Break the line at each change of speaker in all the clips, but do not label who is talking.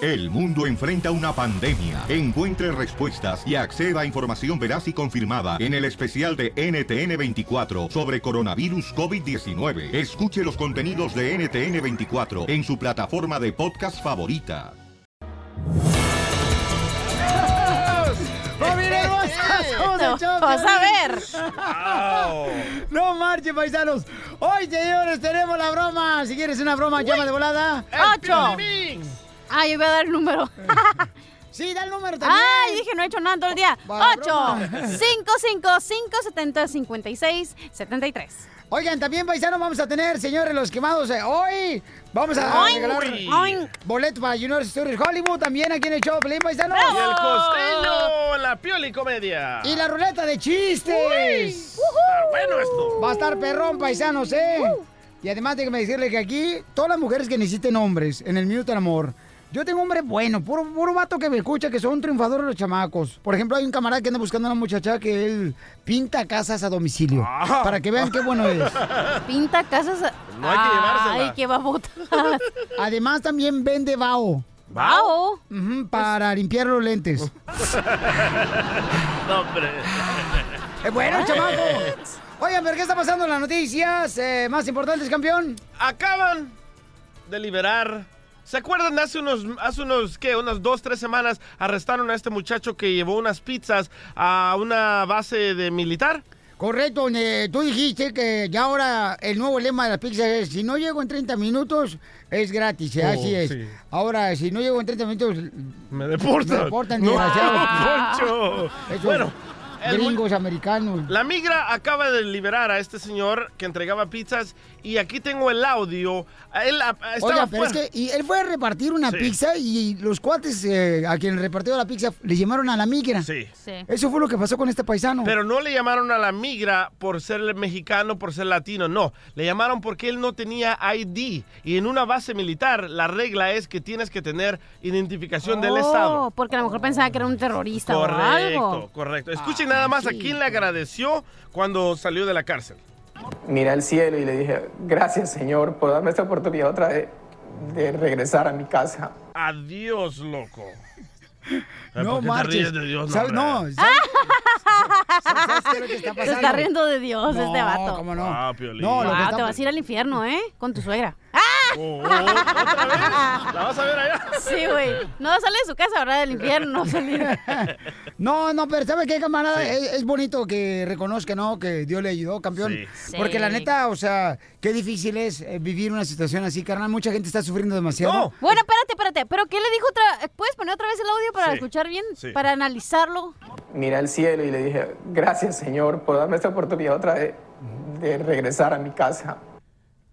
El mundo enfrenta una pandemia. Encuentre respuestas y acceda a información veraz y confirmada en el especial de NTN24 sobre coronavirus COVID-19. Escuche los contenidos de NTN24 en su plataforma de podcast favorita.
¡Familia hermosa! ¡Somos el
No,
show de
vas a
Piolín!
ver.
¡No marche, paisanos! Hoy, señores, tenemos la broma. Si quieres una broma, llama de volada.
Ocho. Ah, yo voy a dar el número.
Sí, da el número también.
Ay, dije, no he hecho nada todo el día.
Va,
8, 5, 5, 5, 70, 56, 73.
Oigan, también, paisanos, vamos a tener, señores, los quemados. eh, hoy vamos a
Oink,
regalar
oink.
boleto para Junior Stories Hollywood también aquí en el show, de Piolín, paisanos.
¡Bravo!
Y el costeño, la pioli comedia.
Y la Ah, ruleta de chistes.
Está bueno esto. ¡Uh!
Va a estar perrón, paisanos, ¿eh? Y además déjeme decirle que aquí, todas las mujeres que necesiten hombres en el Minuto del Amor, yo tengo hombre bueno, puro, puro vato que me escucha, que son triunfadores los chamacos. Por ejemplo, hay un camarada que anda buscando a una muchacha que él pinta casas a domicilio. Para que vean qué bueno es.
Pinta casas. a-
Ah. No hay que llevársela.
Ay, qué babota.
Además, también vende vaho
Wow.
ujú, para limpiar los lentes.
No, hombre.
Es bueno, chamaco. Oigan, pero ¿qué está pasando en las noticias eh, más importantes, campeón?
Acaban de liberar. ¿Se acuerdan? de Hace unos, hace unos, ¿qué? Unas dos, tres semanas arrestaron a este muchacho que llevó unas pizzas a una base de militar.
Correcto, donde tú dijiste que ya ahora el nuevo lema de las pizzas es, si no llego en 30 minutos, es gratis, ¿eh?
Oh,
así es.
sí.
Ahora, si no llego en 30 minutos,
Me deportan.
Me deportan,
no,
desgraciado.
Poncho.
esos
Bueno, el mu-
gringos americanos.
La migra acaba de liberar a este señor que entregaba pizzas y aquí tengo el audio. Él ah, ah, estaba
Oiga, pero es
fuera.
que y él fue a repartir una
Sí.
pizza y los cuates eh, a quien repartió la pizza le llamaron a la migra.
Sí.
Sí.
Eso fue lo que pasó con este paisano.
Pero no le llamaron a la migra por ser mexicano, por ser latino, no. Le llamaron porque él no tenía ID. Y en una base militar la regla es que tienes que tener identificación del
Oh,
Estado.
Porque a lo mejor pensaba que era un terrorista o
Correcto,
algo.
correcto. Escuchen nada más a quién le agradeció cuando salió de la cárcel.
miré al cielo y le dije, gracias Señor por darme esta oportunidad otra vez de regresar a mi casa.
Adiós, loco. Ay,
no
¿por qué te
marches.
ríes de Dios, no,
¿Sabes? No,
hombre?
¿sabes? ¿sabes qué es lo que está
Ah. Se
pasando?
está riendo de Dios
no,
este vato.
cómo no.
Ah, Piolín.
No, lo que
Guau,
está-
te vas a ir al infierno, ¿eh? Con tu suegra.
Oh, oh, ¿Otra vez? ¿La vas a ver allá?
Sí, güey. No sale de su casa, ahora del infierno. salir.
No, no, pero ¿sabes qué, camarada? Es, es bonito que reconozca, ¿no? Que Dios le ayudó, campeón.
Sí.
Sí.
Porque la neta, o sea, qué difícil es eh, vivir una situación así, carnal. Mucha gente está sufriendo demasiado.
No.
Bueno, espérate, espérate. ¿Pero qué le dijo otra? ¿Puedes poner otra vez el audio para
Sí,
escuchar bien?
sí.
Para analizarlo.
Miré al cielo y le dije, gracias Señor por darme esta oportunidad otra vez de regresar a mi casa.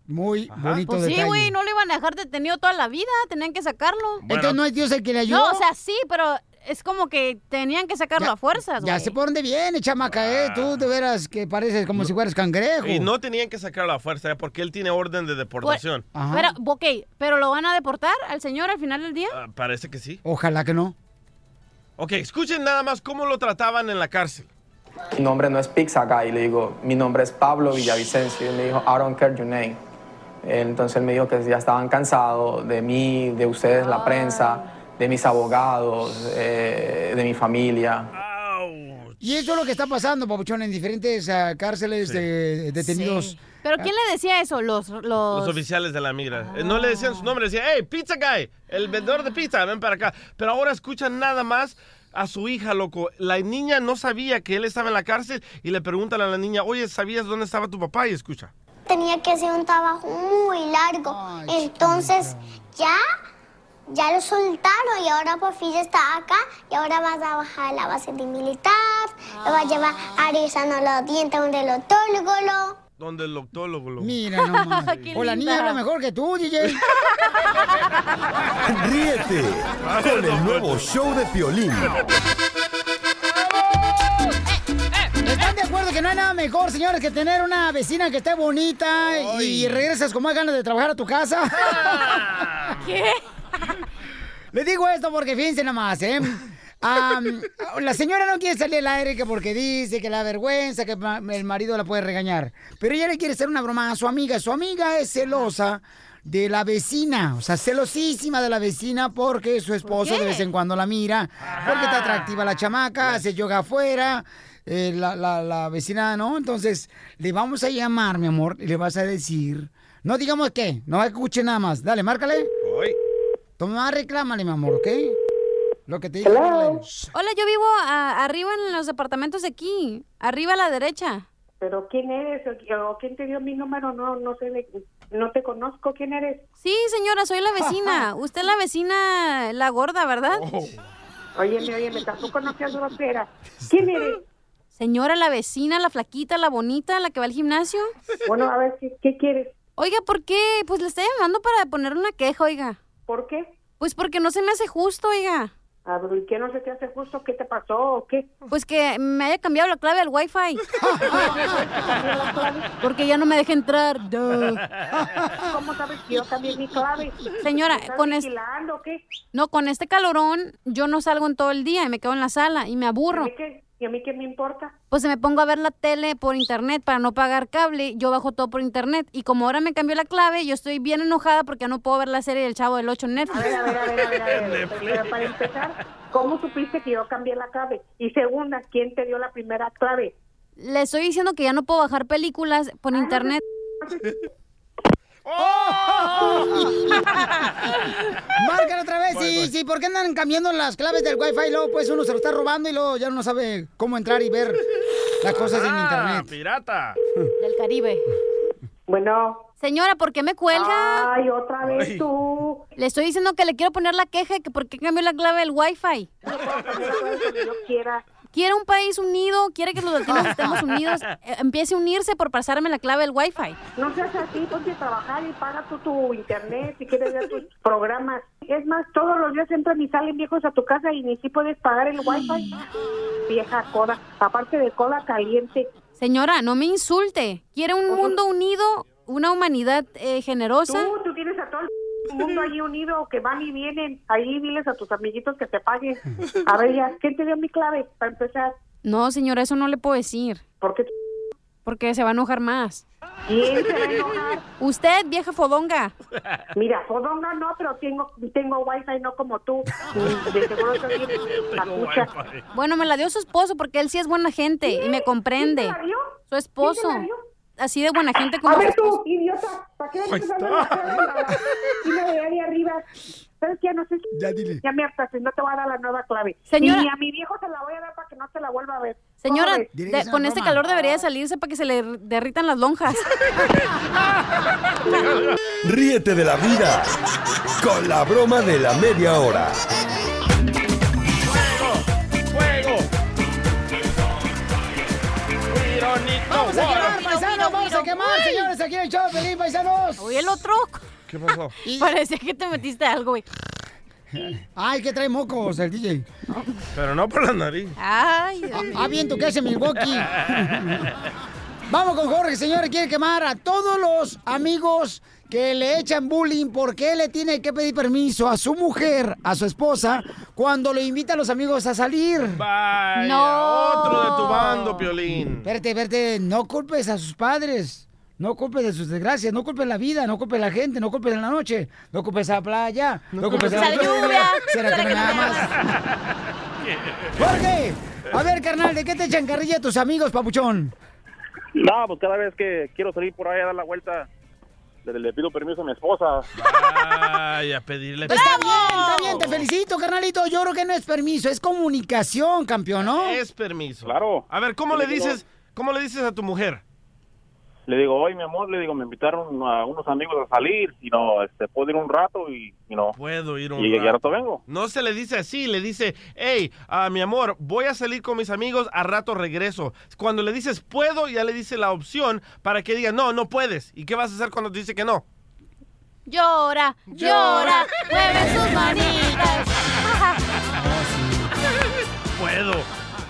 Muy bonito
Pues sí,
detalle.
güey, no lo iban a dejar detenido toda la vida, tenían que sacarlo.
Entonces no es Dios el que le ayudó.
No, o sea, sí, pero es como que tenían que sacarlo a fuerzas,
Ya
güey.
sé por dónde viene, chamaca, ¿eh? Tú de veras que pareces como si fueras cangrejo.
Ah. Y no tenían que sacarlo a la fuerza ¿eh? porque él tiene orden de
Por-
deportación.
Ajá.
Pues, Pero, ok, ¿pero lo van a deportar al señor al final del día?
Ah, parece que sí.
Ojalá que no.
Ok, escuchen nada más cómo lo trataban en la cárcel.
Mi nombre no es Pizza Guy, le digo, mi nombre es Pablo Villavicencio. Y él me dijo, I don't care your name. Entonces él me dijo que ya estaban cansados de mí, de ustedes,
Ah.
la prensa, de mis abogados, eh, de mi familia.
Y eso es lo que está pasando, papuchón, en diferentes ah, cárceles de detenidos.
Sí. ¿Pero quién le decía eso? Los, los...
Los oficiales de la migra. Eh, No le decían su nombre, decían, hey, Pizza Guy, el vendedor de pizza, ven para acá. Pero ahora escuchan nada más a su hija, loco. La niña no sabía que él estaba en la cárcel y le preguntan a la niña, oye, ¿sabías dónde estaba tu papá? Y escucha.
tenía que hacer un trabajo muy largo. Entonces ya, ya lo soltaron y ahora por fin ya está acá y ahora va a trabajar en la base de militar, lo va a llevar a revisarnos los dientes a un odontólogo.
Donde el octólogo, loco.
Mira nomás.
Qué
o la niña
linda.
habla mejor que tú, DJ.
Ríete con el nuevo show de Piolín.
¿Están de acuerdo que no hay nada mejor, señores, que tener una vecina que esté bonita y regresas con más ganas de trabajar a tu casa?
Ah. ¿Qué?
Les digo esto porque fíjense nomás, ¿eh? am, la señora no quiere salir al aire que porque dice que la vergüenza, que ma- el marido la puede regañar. Pero ella le quiere hacer una broma a su amiga. Su amiga es celosa de la vecina, o sea, celosísima de la vecina porque su esposo de vez en cuando la mira, porque está atractiva la chamaca, hace yoga afuera, eh, la, la- la vecina, ¿no? Entonces, le vamos a llamar, mi amor, y le vas a decir, no digamos qué, no escuche nada más, dale, márcale.
Hoy.
Toma, reclámale, mi amor, ¿ok? Lo que te dije.
Hello.
Marlene.
Hola, yo vivo ah, arriba en los departamentos de aquí, arriba a la derecha.
¿Pero quién eres? ¿O o quién te dio mi número? No, no sé, de- no te conozco. ¿Quién eres?
Sí, señora, soy la vecina. Usted es la vecina, la gorda, ¿verdad?
Óyeme, óyeme, tampoco no seas grosera. ¿Quién eres?
Señora, la vecina, la flaquita, la bonita, la que va al gimnasio.
Bueno, a ver, ¿qué, qué quieres?
Oiga, ¿por qué? Pues le estoy llamando para poner una queja, oiga.
¿Por qué?
Pues porque no se me hace justo, oiga.
A ver, ¿y ¿qué no se te hace justo? ¿Qué te pasó o qué?
Pues que me haya cambiado la clave al wifi. Porque ya no me deja entrar. Duh.
¿Cómo sabes que yo cambié mi clave?
Señora,
¿Estás
con es-
vigilando o qué?
No, con este calorón yo no salgo en todo el día y me quedo en la sala y me
¿Y a
aburro.
mí qué? ¿Y a mí qué me importa?
Pues me pongo a ver la tele por internet para no pagar cable. Yo bajo todo por internet. Y como ahora me cambió la clave, yo estoy bien enojada porque ya no puedo ver la serie del Chavo del 8 en
A ver,
Netflix.
a ver, a ver, a ver. A ver. Pero para empezar, ¿cómo supiste que yo cambié la clave? Y segunda, ¿quién te dio la primera clave? Ah,
Le estoy diciendo que ya no puedo bajar películas por internet.
Márcale otra vez. sí, sí, ¿por qué andan cambiando las claves del Wi-Fi? Luego, pues uno se lo está robando y luego ya no sabe cómo entrar y ver las cosas en
Ah,
internet.
pirata.
Del Caribe.
Bueno.
Señora, ¿por qué me cuelga?
Ay, otra vez tú.
Le estoy diciendo que le quiero poner la queja de que por qué cambió la clave del wifi.
Cuando yo quiera.
Quiere un país unido, quiere que los latinos estemos unidos. eh, empiece a unirse por pasarme la clave del wifi.
No seas así, ponte a trabajar y paga tú tu internet si quieres ver tus programas. Es más, todos los días entran y salen viejos a tu casa y ni si puedes pagar el wifi. Vieja coda, aparte de coda caliente.
Señora, no me insulte. Quiere un mundo unido, una humanidad eh,
Tú,
generosa.
tú tienes a todo el mundo ahí unido que van y vienen. Ahí diles a tus amiguitos que te paguen. A ver ya, ¿quién te dio mi clave para empezar?
No, señora, eso no le puedo decir,
Porque
porque se va a enojar más.
quién se va a enojar.
Usted, vieja fodonga.
Mira, fodonga no, pero tengo tengo wifi no como tú. De seguro estás bien papucha.
Bueno, me la dio su esposo porque él sí es buena gente y me comprende.
¿Quién te la dio?
Su esposo.
¿Quién te la dio?
Así de buena gente como
A
su
ver
esposo.
tú, idiota, ¿para qué me estás dando la clave? Y la de ahí arriba. ¿Sabes qué? No sé si
Ya dile.
ya me hartaste, no te voy a dar la nueva clave.
Señora.
Y a mi viejo se la voy a dar para que no se la vuelva a ver. ¿Cómo
Señora,
ves?
Dile
de-
que es una
con este
broma.
calor debería de salirse para que se le r- derritan las lonjas.
Ríete de la vida con la broma de la media hora.
¡Fuego! Irónico.
Vamos a
Ahora.
quemar, paisanos, vamos a quemar, señores, aquí en el show, de Pelín, paisanos.
Oye, el otro.
¿Qué pasó?
Parecía que te metiste algo, güey.
Ay, que trae mocos el DJ.
Pero no por la nariz.
Ay, Dios mío.
Ah, bien, tú que haces Milwaukee. Vamos con Jorge, señores, quiere quemar a todos los amigos que le echan bullying porque él le tiene que pedir permiso a su mujer, a su esposa, cuando le invita a los amigos a salir.
Vaya,
No.
otro de tu bando, Piolín.
Espérate, espérate, no culpes a sus padres, no culpes de sus desgracias, no culpes la vida, no culpes la gente, no culpes la noche, no culpes a la playa, no, culpes a la lluvia. Será que no nada más. Jorge, a ver, carnal, ¿de qué te echan carrilla tus amigos, papuchón?
No, pues cada vez que quiero salir por ahí a dar la vuelta, le, le pido permiso a mi esposa.
Vaya, pedirle
Está bien, está bien, te felicito, carnalito. Yo creo que no es permiso, es comunicación, campeón, ¿no?
es permiso.
Claro.
A ver, ¿cómo le
Yo le digo-
dices, cómo le dices a tu mujer?
Le digo, oye, mi amor, le digo, me invitaron a unos amigos a salir y no, este, puedo ir un rato y, y no.
Puedo ir un
Y, ya
rato.
rato vengo.
No se le dice así, le dice, hey, a mi amor, voy a salir con mis amigos, a rato regreso. Cuando le dices puedo, ya le dice la opción para que diga, no, no puedes. ¿Y qué vas a hacer cuando te dice que no?
Llora, llora, mueve sus manitas.
Puedo.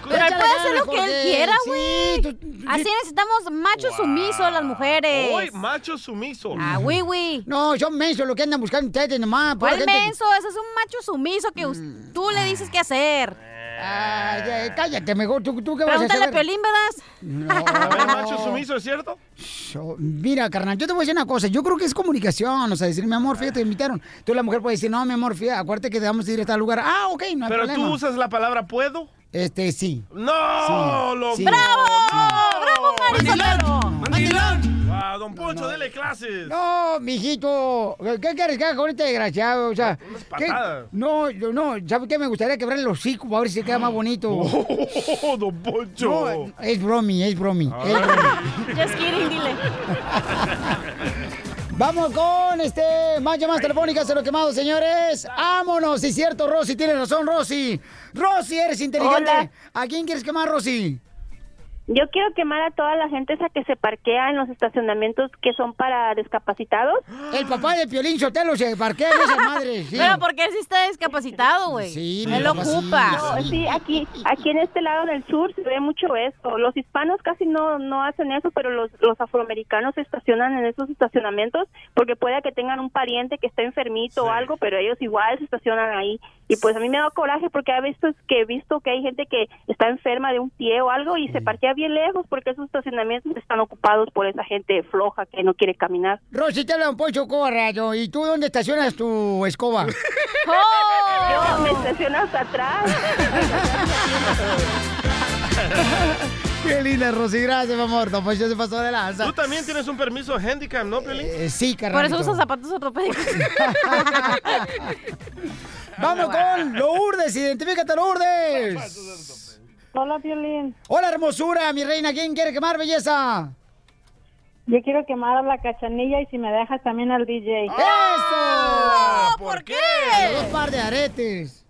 Pero él
Échale
puede hacer
ganas,
lo que él
Jorge.
quiera,
Sí,
güey.
tú- tú-
Así necesitamos macho sumiso a las
Hoy,
mujeres.
macho sumiso.
Ah, güey, güey.
No, son mensos lo que andan buscando ustedes nomás. pura
¿Cuál
gente- Mm.
menso? Ese es un macho sumiso que us- tú le dices qué hacer.
Ay, ay, cállate, mejor tú, tú qué vas a
Pregúntale a
saber.
Piolín, ¿verdad?
A ver, macho sumiso, ¿es cierto?
Yo- mira, carnal, yo te voy a decir una cosa. Yo creo que es comunicación. O sea, decir, mi amor, fíjate, te invitaron. Tú la mujer puede decir, no, mi amor, fíjate, acuérdate que te vamos a ir a tal lugar. Ah, ok, no hay
Pero
problema.
tú usas la palabra puedo.
Este, sí.
¡No!
Sí,
loco!
sí.
¡Bravo! ¡Bravo,
Mandilón, mandilón.
¡Wow, don Poncho, dele clases!
No, mijito, ¿qué quieres que haga con este desgraciado? O sea, ¿qué?
patadas.
no, yo no, ¿sabes qué? Me gustaría quebrar el hocico para ver si queda más bonito.
¡Oh, don Poncho!
No, es bromi, es bromi. Es bromi.
Just kidding, dile.
Vamos con este, más llamadas telefónicas de los quemados, señores. ¡Vámonos! Sí, es cierto, Rosy, tienes razón, Rosy. Rosy, eres inteligente.
Hola.
¿A quién quieres quemar, Rosy?
Yo quiero quemar a toda la gente esa que se parquea en los estacionamientos que son para discapacitados.
El papá de Piolín Sotelo se parquea en esa madre, sí.
Pero porque él sí está discapacitado, güey.
Sí, mi
él lo
papá sí.
ocupa.
No, sí, aquí, aquí en este lado del sur se ve mucho eso. Los hispanos casi no, no hacen eso, pero los, los afroamericanos se estacionan en esos estacionamientos porque pueda que tengan un pariente que esté enfermito o algo, pero ellos igual se estacionan ahí. Y pues a mí me da coraje porque he visto, que he visto que hay gente que está enferma de un pie o algo y se parquea bien lejos porque esos estacionamientos están ocupados por esa gente floja que no quiere caminar.
Rosy, te habla un pocho corrado. ¿Y tú dónde estacionas tu escoba?
¡Oh!
Yo me estaciono hasta atrás.
Qué linda, Rosy, gracias, mi amor. No, pues yo se pasó de lanza.
Tú también tienes un permiso handicap, ¿no, Piolín?
Eh, sí,
Por eso
carnalito.
usa zapatos ortopédicos.
Vamos con Lourdes, identifícate, Lourdes.
Hola, Violín.
Hola, hermosura, mi reina. ¿Quién quiere quemar, belleza?
Yo quiero quemar a la cachanilla y si me dejas también al DJ.
Ah,
¡Eso!
¿Por qué?
Pues.
Dos Pues, par de aretes.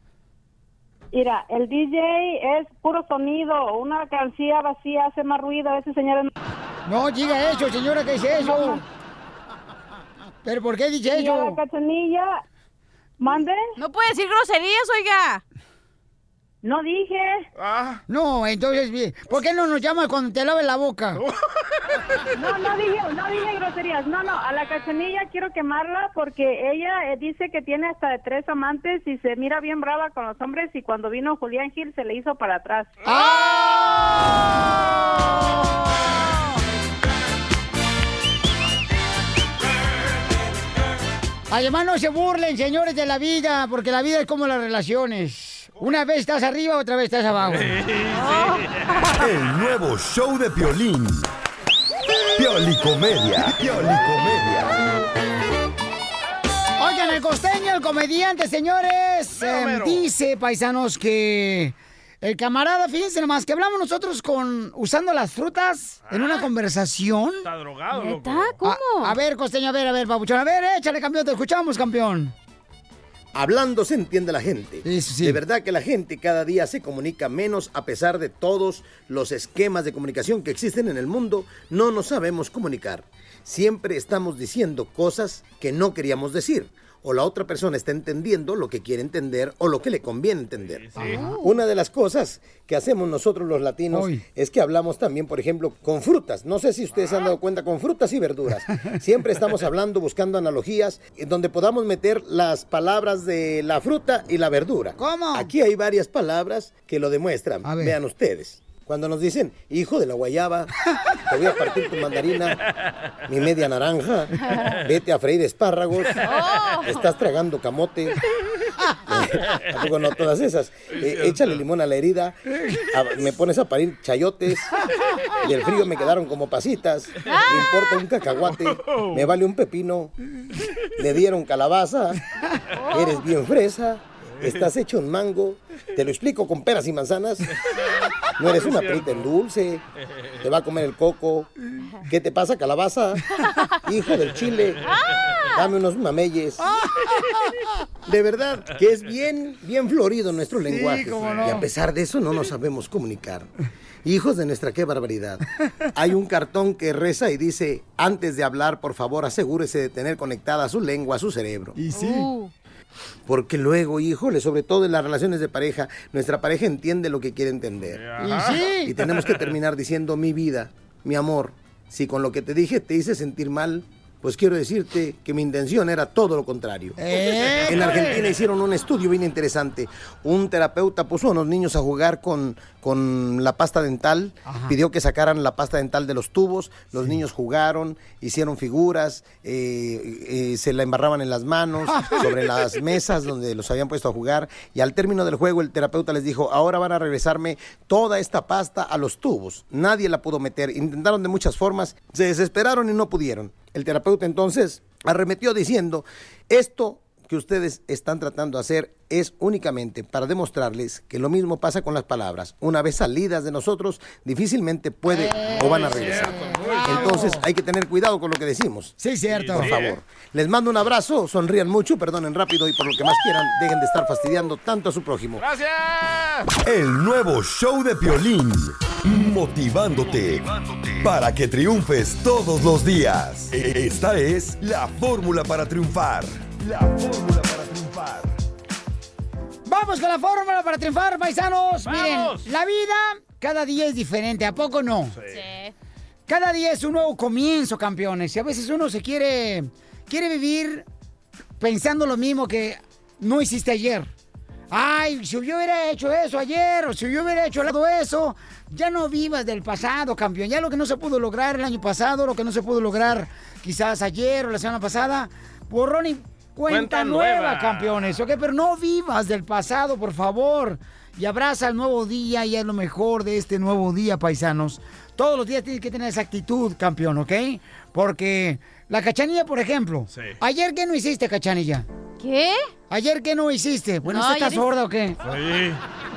Mira, el DJ es puro sonido. Una cancilla vacía hace más ruido. Ese señor es...
No diga eso, señora, que dice eso. ¿Pero por qué dice
Y a la
eso?
cachanilla... ¿Mande?
No puede decir groserías, oiga.
No dije.
No, entonces, bien, ¿por qué no nos llamas cuando te laves la boca?
No, no dije, no dije groserías. No, no, a la cachanilla quiero quemarla porque ella eh, dice que tiene hasta de tres amantes y se mira bien brava con los hombres y cuando vino Julián Gil se le hizo para atrás.
Además, no se burlen, señores, de la vida, porque la vida es como las relaciones. Una vez estás arriba, otra vez estás abajo.
El nuevo show de Piolín. Piolicomedia. Piolicomedia.
Oigan, el costeño, el comediante, señores, eh, dice, paisanos, que el camarada, fíjense nomás, que hablamos nosotros con usando las frutas en una conversación.
Está drogado, loco.
¿Está? ¿Cómo? A, a ver, costeño, a ver, a ver, papuchón, a ver, échale, campeón, te escuchamos, campeón.
Hablando se entiende la gente. De verdad que la gente cada día se comunica menos a pesar de todos los esquemas de comunicación que existen en el mundo. No nos sabemos comunicar. Siempre estamos diciendo cosas que no queríamos decir. O la otra persona está entendiendo lo que quiere entender o lo que le conviene entender. Una de las cosas que hacemos nosotros los latinos es que hablamos también, por ejemplo, con frutas. No sé si ustedes se han dado cuenta, con frutas y verduras. Siempre estamos hablando, buscando analogías, en donde podamos meter las palabras de la fruta y la verdura.
¿Cómo?
Aquí hay varias palabras que lo demuestran. Vean ustedes. Cuando nos dicen, hijo de la guayaba, te voy a partir tu mandarina, mi media naranja, vete a freír espárragos, estás tragando camote. Tampoco no todas esas. Eh, échale limón a la herida. a- Ah, me pones a parir chayotes. Y el frío me quedaron como pasitas. Me importa un cacahuate.
Ah.
este Me vale un pepino. Me dieron calabaza. Eres bien fresa. Estás hecho un mango. Te lo explico con peras y manzanas. No eres una perita en dulce. Te va a comer el coco. ¿Qué te pasa, calabaza? Hijo del chile. Dame unos mameyes. De verdad que es bien, bien florido nuestro lenguaje.
cómo no.
Y a pesar de eso no nos sabemos comunicar. Hijos de nuestra qué barbaridad. Hay un cartón que reza y dice, antes de hablar, por favor, asegúrese de tener conectada su lengua a su cerebro. Y sí. Porque luego, híjole, sobre todo en las relaciones de pareja, nuestra pareja entiende lo que quiere entender.
Y sí.
Y tenemos que terminar diciendo mi vida, mi amor. Si con lo que te dije te hice sentir mal, pues quiero decirte que mi intención era todo lo contrario.
¡Eh,
En Argentina
hombre!
hicieron un estudio bien interesante. Un terapeuta puso a los niños a jugar con, con la pasta dental,
Ajá.
pidió que sacaran la pasta dental de los tubos, los niños jugaron, hicieron figuras, eh, eh, se la embarraban en las manos, sobre las mesas donde los habían puesto a jugar, y al término del juego el terapeuta les dijo, ahora van a regresarme toda esta pasta a los tubos. Nadie la pudo meter, intentaron de muchas formas, se desesperaron y no pudieron. El terapeuta entonces arremetió diciendo, esto que ustedes están tratando de hacer es únicamente para demostrarles que lo mismo pasa con las palabras. Una vez salidas de nosotros, difícilmente puede o van a regresar. Entonces hay que tener cuidado con lo que decimos.
Sí, cierto.
Por
Sí,
favor.
¿eh?
Les mando un abrazo, sonrían mucho, perdonen rápido y por lo que más quieran, dejen de estar fastidiando tanto a su prójimo.
El nuevo show de Piolín. Motivándote para que triunfes todos los días. E- Esta es la fórmula para triunfar. La fórmula para triunfar.
Vamos con la fórmula para triunfar, paisanos. Miren, la vida cada día es diferente, ¿a poco no? Cada día es un nuevo comienzo, campeones. Y a veces uno se quiere, quiere vivir pensando lo mismo que no hiciste ayer. Ay, si yo hubiera hecho eso ayer, o si yo hubiera hecho todo eso, ya no vivas del pasado, campeón. Ya lo que no se pudo lograr el año pasado, lo que no se pudo lograr quizás ayer o la semana pasada, borrón y cuenta,
Cuenta
nueva,
nueva.
campeones. ¿ok? Pero no vivas del pasado, por favor. Y abraza el nuevo día y es lo mejor de este nuevo día, paisanos. Todos los días tienes que tener esa actitud, campeón, ¿ok? Porque la cachanilla, por ejemplo. ¿Ayer qué no hiciste, cachanilla?
¿Qué?
¿Ayer qué no hiciste? Bueno,
No,
¿usted está
ayer hice-
sorda o qué?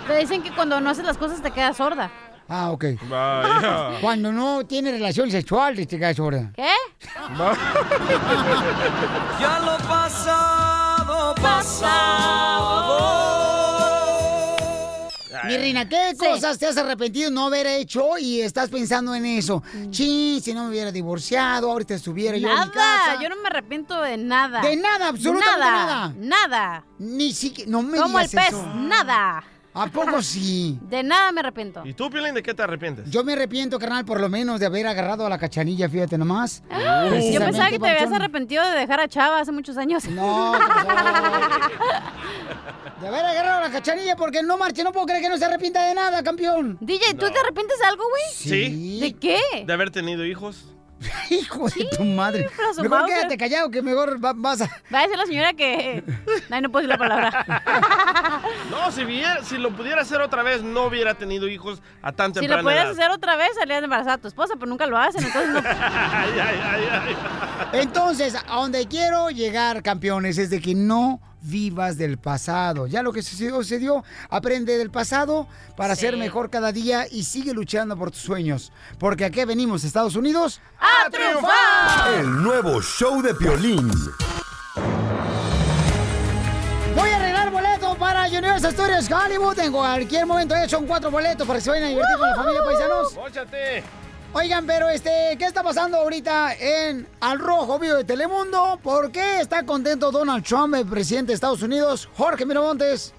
Te dicen que cuando no haces las cosas te quedas sorda.
Ah, ok. Cuando no tiene relación sexual, te quedas sorda.
¿Qué?
Ya lo pasado, pasado.
Mi reina, ¿qué cosas te has arrepentido no haber hecho y estás pensando en eso? Chin, si no me hubiera divorciado, ahorita estuviera yo en mi casa.
Mm. Nada, yo no me arrepiento de nada.
De nada, absolutamente nada.
Nada.
Ni siquiera, no me
Como el
digas
pez,
eso.
nada.
¿A poco sí?
De nada me arrepiento.
¿Y tú, Piolín, de qué te arrepientes?
Yo me arrepiento, carnal, por lo menos de haber agarrado a la cachanilla, fíjate nomás.
Ah, Yo pensaba que te habías
arrepentido.
arrepentido de dejar a Chava hace muchos años.
No, De haber agarrado a la cachanilla porque no marche, no puedo creer que no se arrepienta de nada, campeón.
DJ, ¿tú
No.
te arrepientes de algo, güey?
¿Sí?
¿De qué?
¿De haber tenido hijos?
Hijo de tu madre.
pero su
Mejor
madre.
quédate callado que mejor va- vas a...
Va a decir la señora que... Ay, no puedo decir la palabra.
Ah.
No, si, viera- si lo pudiera hacer otra vez, no hubiera tenido hijos a tan
Si lo
temprana
pudieras
edad.
hacer otra vez, salías embarazada a tu esposa, pero nunca lo hacen, entonces no...
Ay, ay, ay, ay.
Entonces, a donde quiero llegar, campeones, es de que no vivas del pasado. Ya lo que sucedió, sucedió aprende del pasado para ser mejor cada día y sigue luchando por tus sueños. Porque aquí venimos, Estados Unidos,
¡A
El nuevo show de Piolín.
Voy a arreglar boletos para Universal Studios Hollywood en cualquier momento. eh, Son cuatro boletos para que se vayan a divertir con la familia paisanos.
¡Móchate!
Oigan, pero este, ¿qué está pasando ahorita en Al Rojo Vivo de Telemundo? ¿Por qué está contento Donald Trump, el presidente de Estados Unidos? Jorge Miramontes.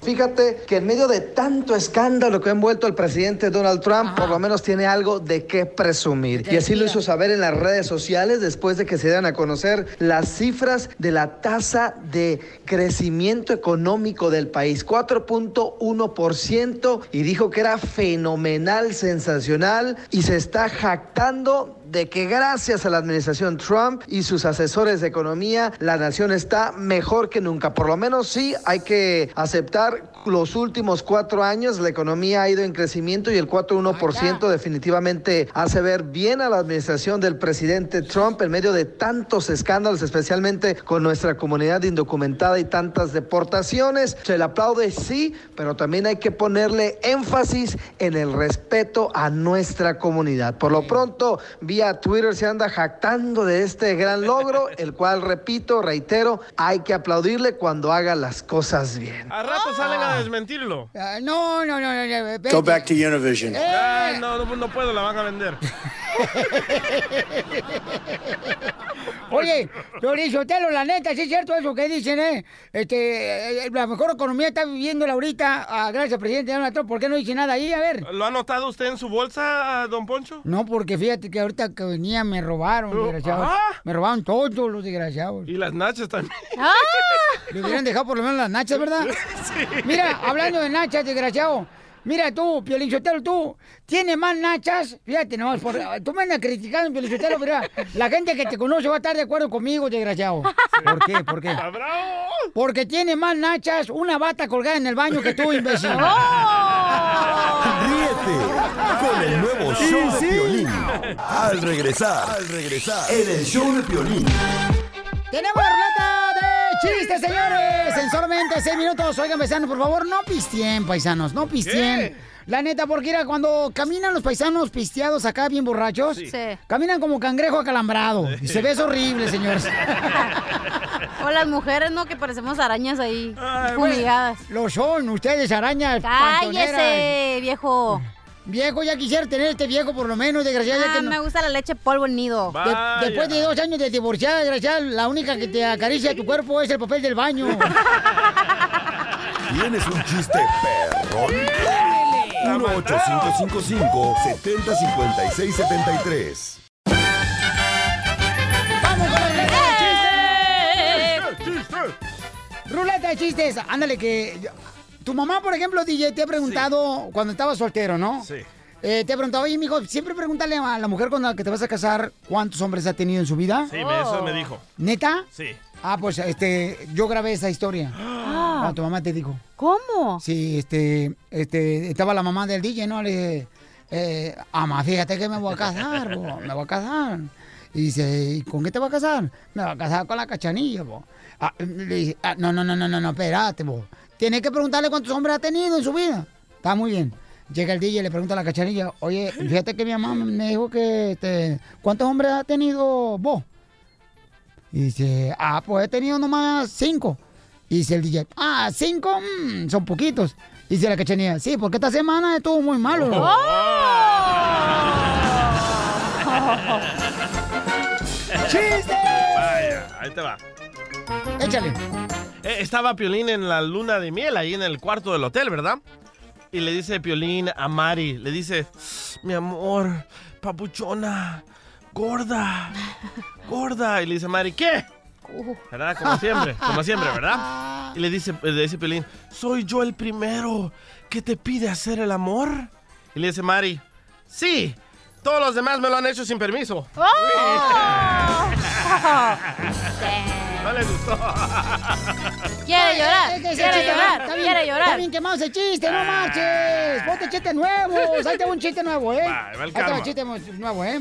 Fíjate que en medio de tanto escándalo que ha envuelto el presidente Donald Trump, por lo menos tiene algo de qué presumir. Y así lo hizo saber en las redes sociales después de que se dieran a conocer las cifras de la tasa de crecimiento económico del país, 4.1%, y dijo que era fenomenal, sensacional, y se está jactando de que gracias a la administración Trump y sus asesores de economía, la nación está mejor que nunca. Por lo menos sí hay que aceptar los últimos cuatro años, la economía ha ido en crecimiento y el 4.1% definitivamente hace ver bien a la administración del presidente Trump en medio de tantos escándalos, especialmente con nuestra comunidad indocumentada y tantas deportaciones. Se le aplaude sí, pero también hay que ponerle énfasis en el respeto a nuestra comunidad. Por lo pronto, vía Twitter se anda jactando de este gran logro, el cual, repito, reitero, hay que aplaudirle cuando haga las cosas bien.
A rato salen a desmentirlo.
Ah, No, no, no, no. no, vete.
to Univision.
Ah, pues Ay, no, no, no puedo, la van a vender.
Oye, Sotelo, la neta, sí es cierto eso que dicen, ¿eh? Este, eh, la mejor economía está viviéndola ahorita, ah, gracias al presidente Donald Trump. ¿Por qué no dice nada ahí? A ver.
¿Lo ha notado usted en su bolsa, don Poncho?
No, porque fíjate que ahorita que venía me robaron,
Oh,
desgraciados.
ah.
Me robaron todos los desgraciados.
Y las nachas también.
Le hubieran dejado por lo menos las nachas, ¿verdad? Mira, hablando de nachas, desgraciado. Mira tú, Piolichotelo, tú, tienes más nachas. Fíjate, no, por, tú me andas criticando, Piolichotelo, mira. La gente que te conoce va a estar de acuerdo conmigo, desgraciado. ¿Por qué? ¿Por qué? Porque tiene más nachas una bata colgada en el baño que tú, imbécil.
Oh.
Ríete con el nuevo show de Piolín. Al regresar, al regresar, en el show de Piolín.
¡Tenemos la ruleta de chistes, señores! En solamente seis minutos. Oigan, paisanos, por favor, no pistien, paisanos, no pistien.
¿Qué?
La neta, porque mira, cuando caminan los paisanos pisteados acá, bien borrachos,
Sí. Sí.
caminan como cangrejo acalambrado. Y se ve eso horrible, señores.
O las mujeres, ¿no? Que parecemos arañas ahí, fumigadas.
Lo son, ustedes, arañas.
¡Cállese, viejo!
Viejo, ya quisiera tener este viejo por lo menos, desgraciado. ya
Ah,
que no-
me gusta la leche polvo en nido.
De- después de dos años de divorciada, desgraciada, la única que te acaricia tu cuerpo es el papel del baño.
¿Tienes un chiste perrón? 1-855-705673
¡Vamos con la
¡Eh!
ruleta de chistes! Ruleta de chistes. Ándale, que... yo- Tu mamá, por ejemplo, DJ, te ha preguntado cuando estabas soltero, ¿no?
Sí.
Eh, te ha preguntado, oye, mijo, siempre pregúntale a la mujer con la que te vas a casar cuántos hombres ha tenido en su vida.
Sí, me- eso me dijo.
¿Neta?
Sí.
Ah, pues, este, yo grabé esa historia.
Ah.
Ah, tu mamá te dijo. ¿Cómo? Sí, este, este, estaba la mamá del DJ, ¿no? Le dije, eh, ama, fíjate que me voy a casar, bo, me voy a casar. Y dice, ¿y con qué te vas a casar? Me voy a casar con la cachanilla, bo. Ah, le dije, "Ah, no, no, no, no, no, no, espérate, bo. Tienes que preguntarle cuántos hombres ha tenido en su vida. Está muy bien. Llega el DJ y le pregunta a la cachanilla, oye, fíjate que mi mamá me dijo que, este, ¿cuántos hombres ha tenido vos? Y dice, ah, pues he tenido nomás cinco. Y dice el DJ, ah, cinco, mm, son poquitos. Y dice la cachanilla, sí, porque esta semana estuvo muy malo.
Oh.
¡Chiste!
Vaya, ahí te va.
Échale.
Eh, estaba Piolín en la luna de miel, ahí en el cuarto del hotel, ¿verdad? Y le dice Piolín a Mari, le dice, mi amor, papuchona, gorda, gorda. Y le dice Mari, ¿qué? ¿Verdad? Como siempre, como siempre, ¿verdad? Y le dice, le dice Piolín, ¿soy yo el primero que te pide hacer el amor? Y le dice Mari, sí, todos los demás me lo han hecho sin permiso.
Oh.
no le gustó.
Quiere llorar,
Eh, eh, que ese
quiere
chiste
llorar,
está bien-
quiere
Está
llorar. Ah.
bien quemado ese chiste, no marches. Ponte chiste nuevo. Ahí te va un chiste nuevo, ¿eh?
Va, va el
Ahí te va
karma.
un chiste mu- nuevo, ¿eh?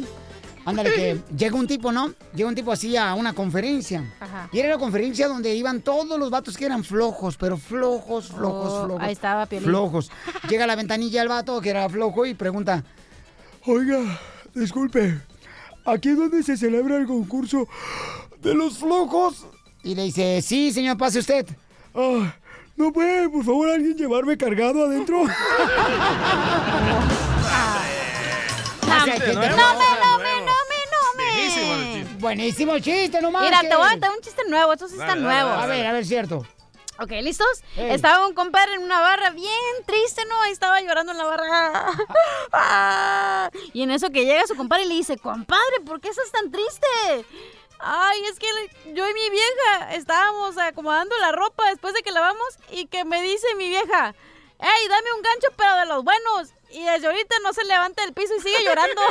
Ándale, que llega un tipo, ¿no? Llega un tipo así a una conferencia.
Ajá.
Y era la conferencia donde iban todos los vatos que eran flojos, pero flojos, flojos,
Oh,
flojos.
ahí estaba Piolín.
Flojos. Llega a la ventanilla el vato que era flojo y pregunta, oiga, disculpe, ¿aquí es donde se celebra el concurso de los flojos? Y le dice, sí, señor, pase usted. "Ah, no puede, por favor, alguien llevarme cargado adentro.
No,
Así hay gente
no me, no me,
floja.
no me, no me.
Buenísimo el chiste, no
Mira, te voy a
marches.
dar un chiste nuevo, estos sí
Dale,
están
dale, dale,
nuevos.
dale. A ver, a ver, cierto.
Ok, ¿listos?
Ey.
Estaba un compadre en una barra bien triste, ¿no? Ahí estaba llorando en la barra. Ah. y en eso que llega su compadre y le dice, compadre, ¿por qué estás tan triste? Ay, es que le- yo y mi vieja estábamos acomodando la ropa después de que lavamos y que me dice mi vieja, hey, dame un gancho pero de los buenos. Y desde ahorita no se levanta del piso y sigue llorando.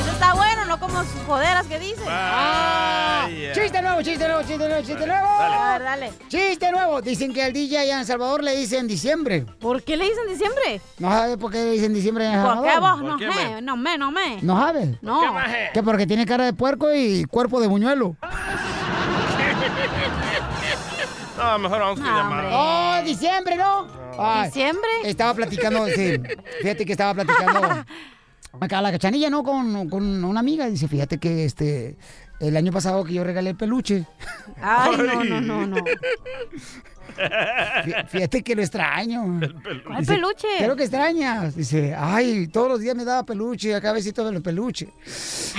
Eso está bueno, no como sus joderas que dicen. Ah.
Vaya. Chiste nuevo, chiste nuevo, chiste nuevo, chiste nuevo.
A ver, Ah, dale.
Chiste nuevo. Dicen que al DJ allá en El Salvador le dicen diciembre.
¿Por qué le dicen diciembre?
No sabes por qué le dicen diciembre en El
¿Por
Salvador.
qué vos no me? No me, no me.
¿No sabes?
No. ¿Por qué maje?
Que porque tiene cara de puerco y cuerpo de buñuelo.
No, mejor vamos con llamada.
¡Oh, diciembre, no! Ay,
¿Diciembre?
Estaba platicando, sí. Fíjate que estaba platicando acá la cachanilla, ¿no? Con, con una amiga. Dice, fíjate que este. el año pasado que yo regalé el peluche.
Ay, no, no, no, no.
Fí- Fíjate que lo extraño.
¿Cuál
Dice,
peluche?
¿Qué es lo que extrañas? Dice, ay, todos los días me daba peluche, a cada besito de los peluches.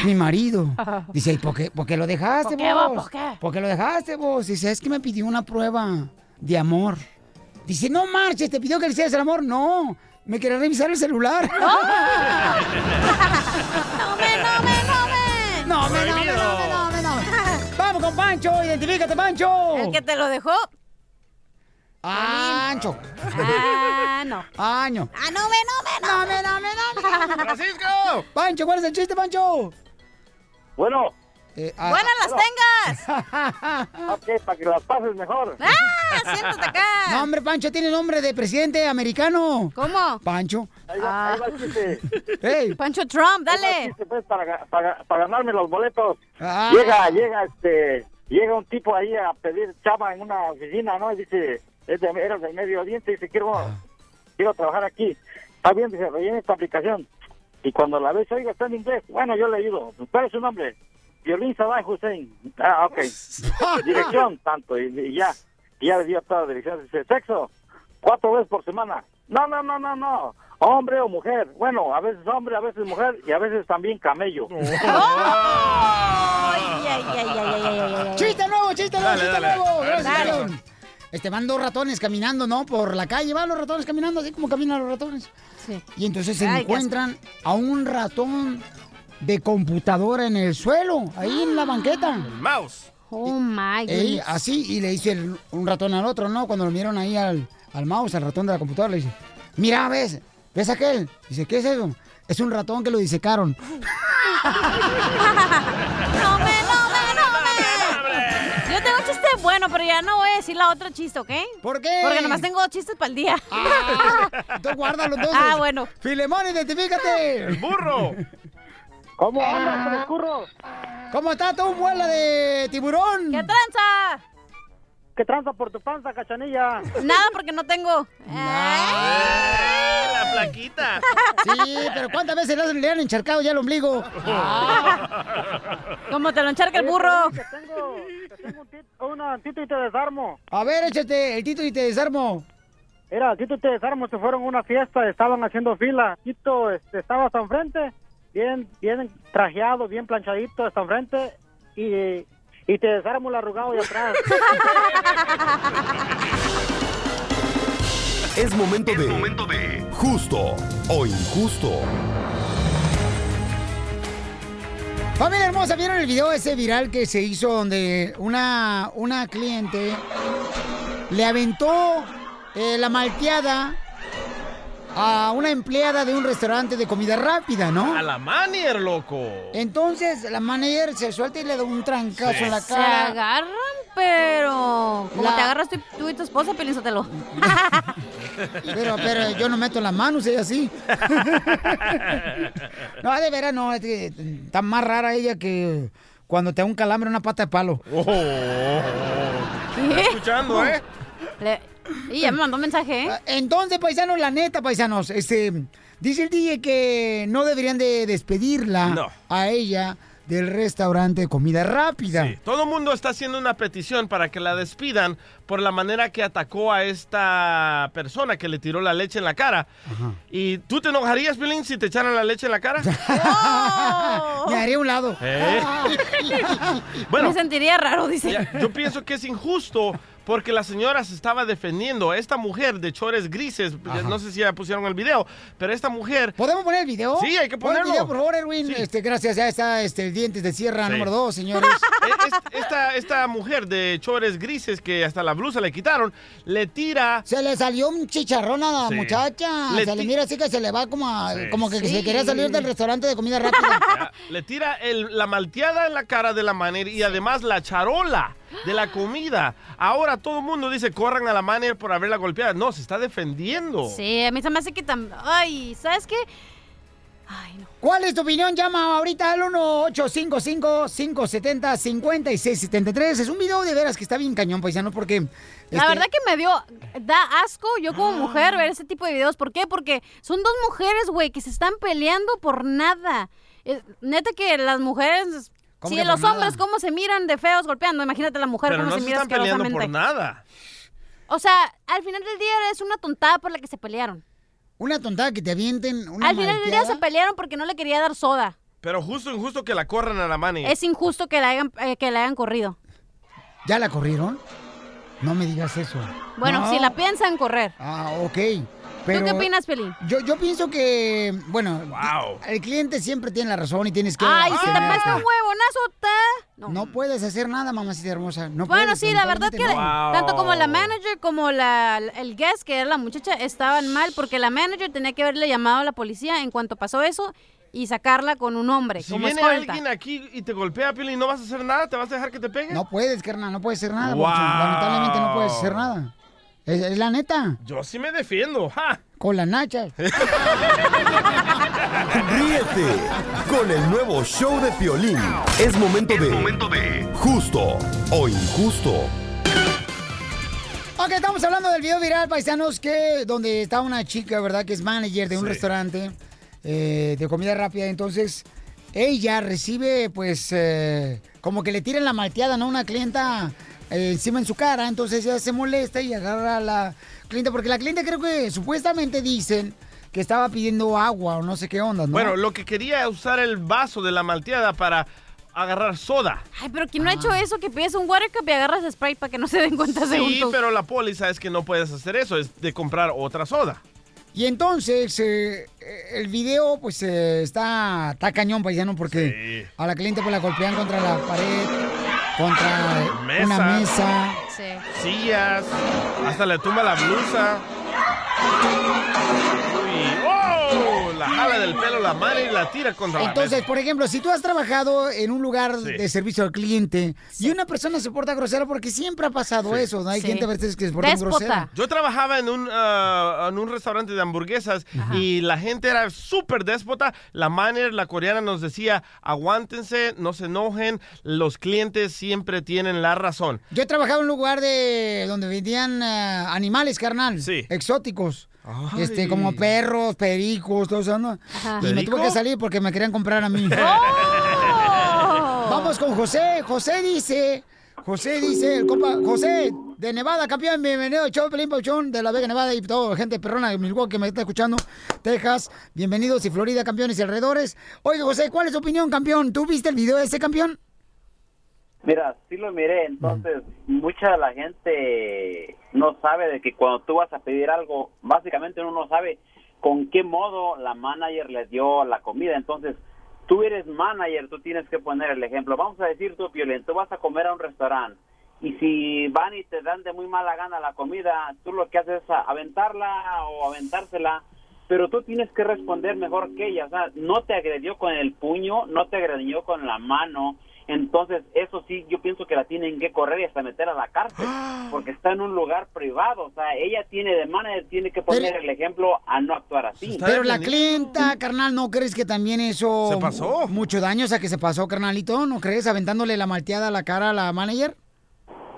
Mi marido. Dice, ¿y por qué, por qué lo dejaste
¿Por qué,
vos?
vos? ¿Por qué?
lo dejaste vos? Dice, es que me pidió una prueba de amor. Dice, no marches, ¿te pidió que le hicieras el amor? No, me quería revisar el celular.
Oh.
No, me, no, me, no, me, no, me, no. Vamos con Pancho, identifícate, Pancho.
El que te lo dejó.
Pancho.
Ah, no.
Año.
Ah, no, me, no, me, no, me, no, me, no.
¡Francisco!
Pancho, ¿cuál es el chiste, Pancho? Eh, ah,
Bueno.
¡Buenas las
tengas! ok, para que las pases mejor.
¡Ah! Siéntate acá.
No, hombre, Pancho tiene nombre de presidente americano.
¿Cómo?
Pancho.
Ahí va, ahí va el chiste.
Ah.
Pancho Trump,
dale. Pues para, ga- para, para ganarme los boletos.
Ah.
Llega, llega este, llega un tipo ahí a pedir chava en una oficina, ¿no? Y dice, es de, era del Medio Oriente, y dice, quiero, quiero trabajar aquí. Está bien, dice, rellena esta aplicación. Y cuando la ves, oiga, está en inglés. Bueno, yo le ayudo. ¿Cuál es su nombre? Violín Saddam Hussein. Ah, ok. Dirección, tanto, y, y ya. Y ya le dio toda la dirección. Dice, sexo, cuatro veces por semana. No, no, no, no, no. Hombre o mujer. Bueno, a veces hombre, a veces mujer y a veces también camello.
Oh.
Chiste nuevo, chiste nuevo,
Dale,
chiste
dale.
nuevo.
A ver,
Gracias,
dale.
Carlos. Este, van dos ratones caminando, ¿no? Por la calle, van los ratones caminando, así como caminan los ratones. Y entonces se
Ay, qué
encuentran a un ratón de computadora en el suelo, ahí en la banqueta.
Mouse.
Oh my
Ey, ah.
goodness.
así, y le dice el- un ratón al otro, ¿no? Cuando lo vieron ahí al, al mouse, al ratón de la computadora, le dice, mira, ¿ves? ¿Ves aquel? Dice, ¿qué es eso? Es un ratón que lo disecaron.
No me, no me, no me. Yo tengo chiste bueno, pero ya no voy a decir la otra chiste, ¿ok?
¿Por qué? Ah,
Porque nomás tengo dos chistes para el día.
Entonces, guárdalo entonces.
Ah, bueno.
Filemón, identifícate. El
burro.
¿Cómo andas, curro? ¿Cómo está tu muela de tiburón?
¿Qué tranza?
¿Qué tranza por tu panza, cachanilla?
Nada, porque no tengo. Eh,
La plaquita.
Sí, pero ¿cuántas veces le han- le han encharcado ya el ombligo?
Como Ah. te lo encharca
Oye, Piolín, Te tengo, te tengo un tit- una tito y te desarmo.
A ver, échate el tito y te desarmo.
Era, Tito y te desarmo, se fueron a una fiesta, estaban haciendo fila. Tito este, estaba hasta enfrente, bien, bien trajeado, bien planchadito, hasta enfrente. Y, y te desarmo el Eh, arrugado de atrás.
Es momento de, justo o injusto.
Familia hermosa, ¿vieron el video ese viral que se hizo donde una, una cliente le aventó eh, la malteada a una empleada de un restaurante de comida rápida, ¿no?
A la manier, loco.
Entonces la manager se suelta y le da un trancazo en la
Pues, Se
cara.
agarran, pero. Como
La-
te agarras tú, tú y tu esposa, piénsatelo.
Pero, pero yo no meto las manos, ella sí. no, de veras no, es que está más rara ella que cuando te da un calambre en una pata de palo.
Oh. Está escuchando, ¿eh?
Le- Y ya me mandó un mensaje, ¿eh?
Ah, Entonces, paisanos, la neta, paisanos, este, dice el DJ que no deberían de despedirla
No.
a ella del restaurante de comida rápida.
Todo el mundo está haciendo una petición para que la despidan por la manera que atacó a esta persona que le tiró la leche en la cara. ¿Y tú te enojarías, Pilín, si te echaran la leche en la cara? ¡Oh!
Me haré a un lado.
¿Eh?
Me sentiría raro, dice.
ya, yo pienso que es injusto porque la señora se estaba defendiendo. Esta mujer de chores grises, no sé si ya pusieron el video, pero esta mujer...
¿Podemos poner el video?
Sí, hay que
Pon el
ponerlo.
video, por favor, Erwin. Este, gracias, ya está este, Dientes de Sierra
Sí.
número 2, señores.
Eh, es- Esta, esta mujer de chores grises que hasta la blusa le quitaron, le tira...
Se le salió un chicharrón a la
Sí.
muchacha.
Le
se le
ti-
mira así que se le va como a-
Sí.
como que
Sí.
se quería salir del restaurante de comida rápida.
Le tira el- la malteada en la cara de la manera y además la charola de la comida. Ahora todo el mundo dice, corran a la manera por haberla golpeado. No, se está defendiendo.
Sí, a mí se me hace que tam... Ay, ¿sabes qué?
¿Cuál es tu opinión? Llama ahorita al 1-855-570-5673. Es un video de veras que está bien cañón, paisano, porque... este,
La verdad que me dio, da asco yo como mujer ver ese tipo de videos. ¿Por qué? Porque son dos mujeres, güey, que se están peleando por nada. Eh, neta que las mujeres Si
que
los
por
hombres
nada?
cómo se miran de feos golpeando, imagínate la mujer
Pero
cómo
no
se
se
mira
están peleando
asquerosamente.
por nada.
O sea, al final del día es una tontada por la que se pelearon.
Una tontada que te avienten una
Al final del día
malteada.
se pelearon porque no le quería dar soda.
Pero justo injusto que la corran a la mani.
Es injusto que la hayan, eh, que la hayan corrido.
¿Ya la corrieron? No me digas eso.
Bueno,
No.
si la piensan correr.
Ah, ok. Pero
¿Tú qué opinas, Pelín?
Yo, yo pienso que, bueno, el cliente siempre tiene la razón y tienes que...
Ay, si te
atenerte.
pasa un huevonazo, te...
No. puedes hacer nada, mamacita hermosa. No
bueno,
puedes,
sí, la verdad que
lamentablemente no.
tanto como la manager como la, el guest, que era la muchacha, estaban mal porque la manager tenía que haberle llamado a la policía en cuanto pasó eso y sacarla con un hombre
Si
como
viene
escolta.
alguien aquí y te golpea, Piolín, y no vas a hacer nada, te vas a dejar que te peguen.
No puedes, carnal, no puedes hacer nada.
Wow.
Papuchón. Lamentablemente no puedes hacer nada. Es, es la neta,
Yo sí me defiendo. ¡Ja!
con las nachas.
Ríete con el nuevo show de Piolín. Es momento de... Justo o injusto.
Ok, estamos hablando del video viral, paisanos, que donde está una chica, ¿verdad? Que es manager de un
Sí.
restaurante eh, de comida rápida. Entonces, ella recibe, pues, eh, como que le tiran la malteada, ¿no? Una clienta eh, encima en su cara. Entonces, ella se molesta y agarra a la clienta. Porque la clienta creo que supuestamente dicen que estaba pidiendo agua o no sé qué onda, ¿no?
Bueno, lo que quería es usar el vaso de la malteada para agarrar soda.
Ay, pero ¿quién no ha hecho
Ah.
eso? Que pides un water cup y agarras Sprite para que no se den cuenta según
Sí,
tú.
pero la póliza es que no puedes hacer eso, es de comprar otra soda.
Y entonces, eh, el video, pues, eh, está, está cañón, paisano, porque a la cliente, pues, la golpean contra la pared, contra
Mesa.
una mesa.
Sillas, hasta le tumba la blusa. Y ¡oh! La jala del pelo, la mano y la tira contra
Entonces, por ejemplo, si tú has trabajado en un lugar
Sí.
de servicio al cliente y una persona se porta grosera, porque siempre ha pasado eso, ¿no? Hay
Sí.
gente a veces que se porta grosera.
Yo trabajaba en un, ah, en un restaurante de hamburguesas y la gente era súper déspota. La manager, la coreana, nos decía, aguántense, no se enojen, los clientes siempre tienen la razón.
Yo he trabajado en un lugar de donde vendían eh, animales, carnal, exóticos. Este, como perros, pericos, todo eso, ¿no? Y me tuve
¿Perico?
que salir porque me querían comprar a mí. Vamos con José. José dice, José dice, el compa, José de Nevada, campeón, bienvenido al show, Pelín Pauchón de la Vega Nevada y todo, gente perrona de Milwaukee que me está escuchando, Texas, bienvenidos y Florida, campeones y alrededores. Oye, José, ¿cuál es tu opinión, campeón? ¿Tú viste el video de ese campeón?
Mira, sí lo miré, entonces mucha de la gente no sabe de que cuando tú vas a pedir algo, básicamente uno no sabe con qué modo la manager le dio la comida, entonces tú eres manager, tú tienes que poner el ejemplo. Vamos a decir tú, Piolín, tú vas a comer a un restaurante y si van y te dan de muy mala gana la comida, tú lo que haces es a- aventarla o aventársela pero tú tienes que responder mejor que ella. O sea, no te agredió con el puño, no te agredió con la mano. Entonces, eso sí, yo pienso que la tienen que correr y hasta meter a la cárcel, porque está en un lugar privado. O sea, ella tiene de manager, tiene que poner el ejemplo a no actuar así.
Pero la clienta, carnal, ¿no crees que también eso...
Se pasó.
Mucho daño, o sea, que se pasó, carnalito, ¿no crees? Aventándole la malteada a la cara a la manager.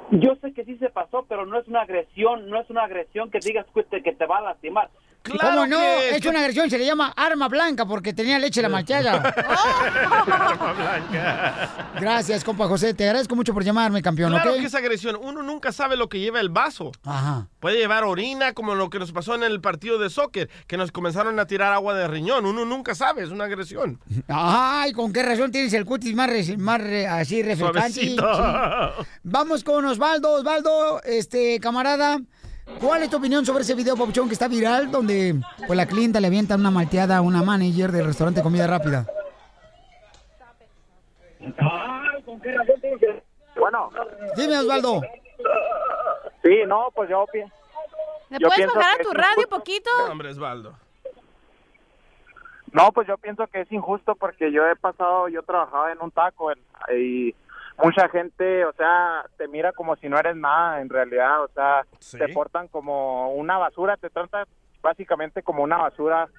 Yo sé que sí se pasó, pero no es una agresión, no es una agresión que digas que te, que te va a lastimar.
¿Cómo no? es una agresión, se le llama arma blanca porque tenía leche la malteada.
Blanca.
Gracias, compa José. Te agradezco mucho por llamarme, campeón,
Claro
¿ok?
que es agresión. Uno nunca sabe lo que lleva el vaso.
Ajá.
Puede llevar orina, como lo que nos pasó en el partido de soccer, que nos comenzaron a tirar agua de riñón. Uno nunca sabe, es una agresión.
Ay, ¿con qué razón tienes el cutis más, re- más re- así refrescante?
Suavecito.
Sí. Vamos con Osvaldo. Osvaldo, este, camarada, ¿cuál es tu opinión sobre ese video, Papuchón, que está viral, donde pues, la clienta le avienta una malteada a una manager del restaurante de comida rápida?
Bueno.
Dime, Osvaldo.
Sí, no, pues yo opino.
¿Le
Yo
puedes
pienso
bajar
que
a tu
es
radio
injusto.
poquito?
Hombre, Osvaldo.
No, pues yo pienso que es injusto porque yo he pasado, yo trabajaba en un taco en- y mucha gente, o sea, te mira como si no eres nada en realidad, o sea, te portan como una basura, te tratan básicamente como una basura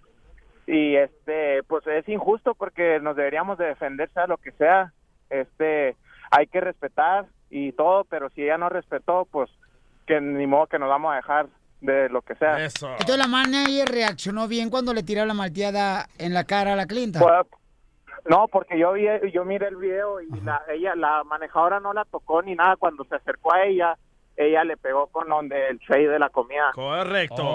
y este, pues es injusto porque nos deberíamos de defender sea lo que sea, este, hay que respetar y todo, pero si ella no respetó, pues que ni modo que nos vamos a dejar de lo que sea.
Eso.
Entonces la manager reaccionó bien cuando le tiró la malteada en la cara a la clienta.
Pues,
No, porque yo vi, yo miré el video y la, ella, la manejadora no la tocó ni nada. Cuando se acercó a ella, ella le pegó con donde el tray de la comida.
Correcto.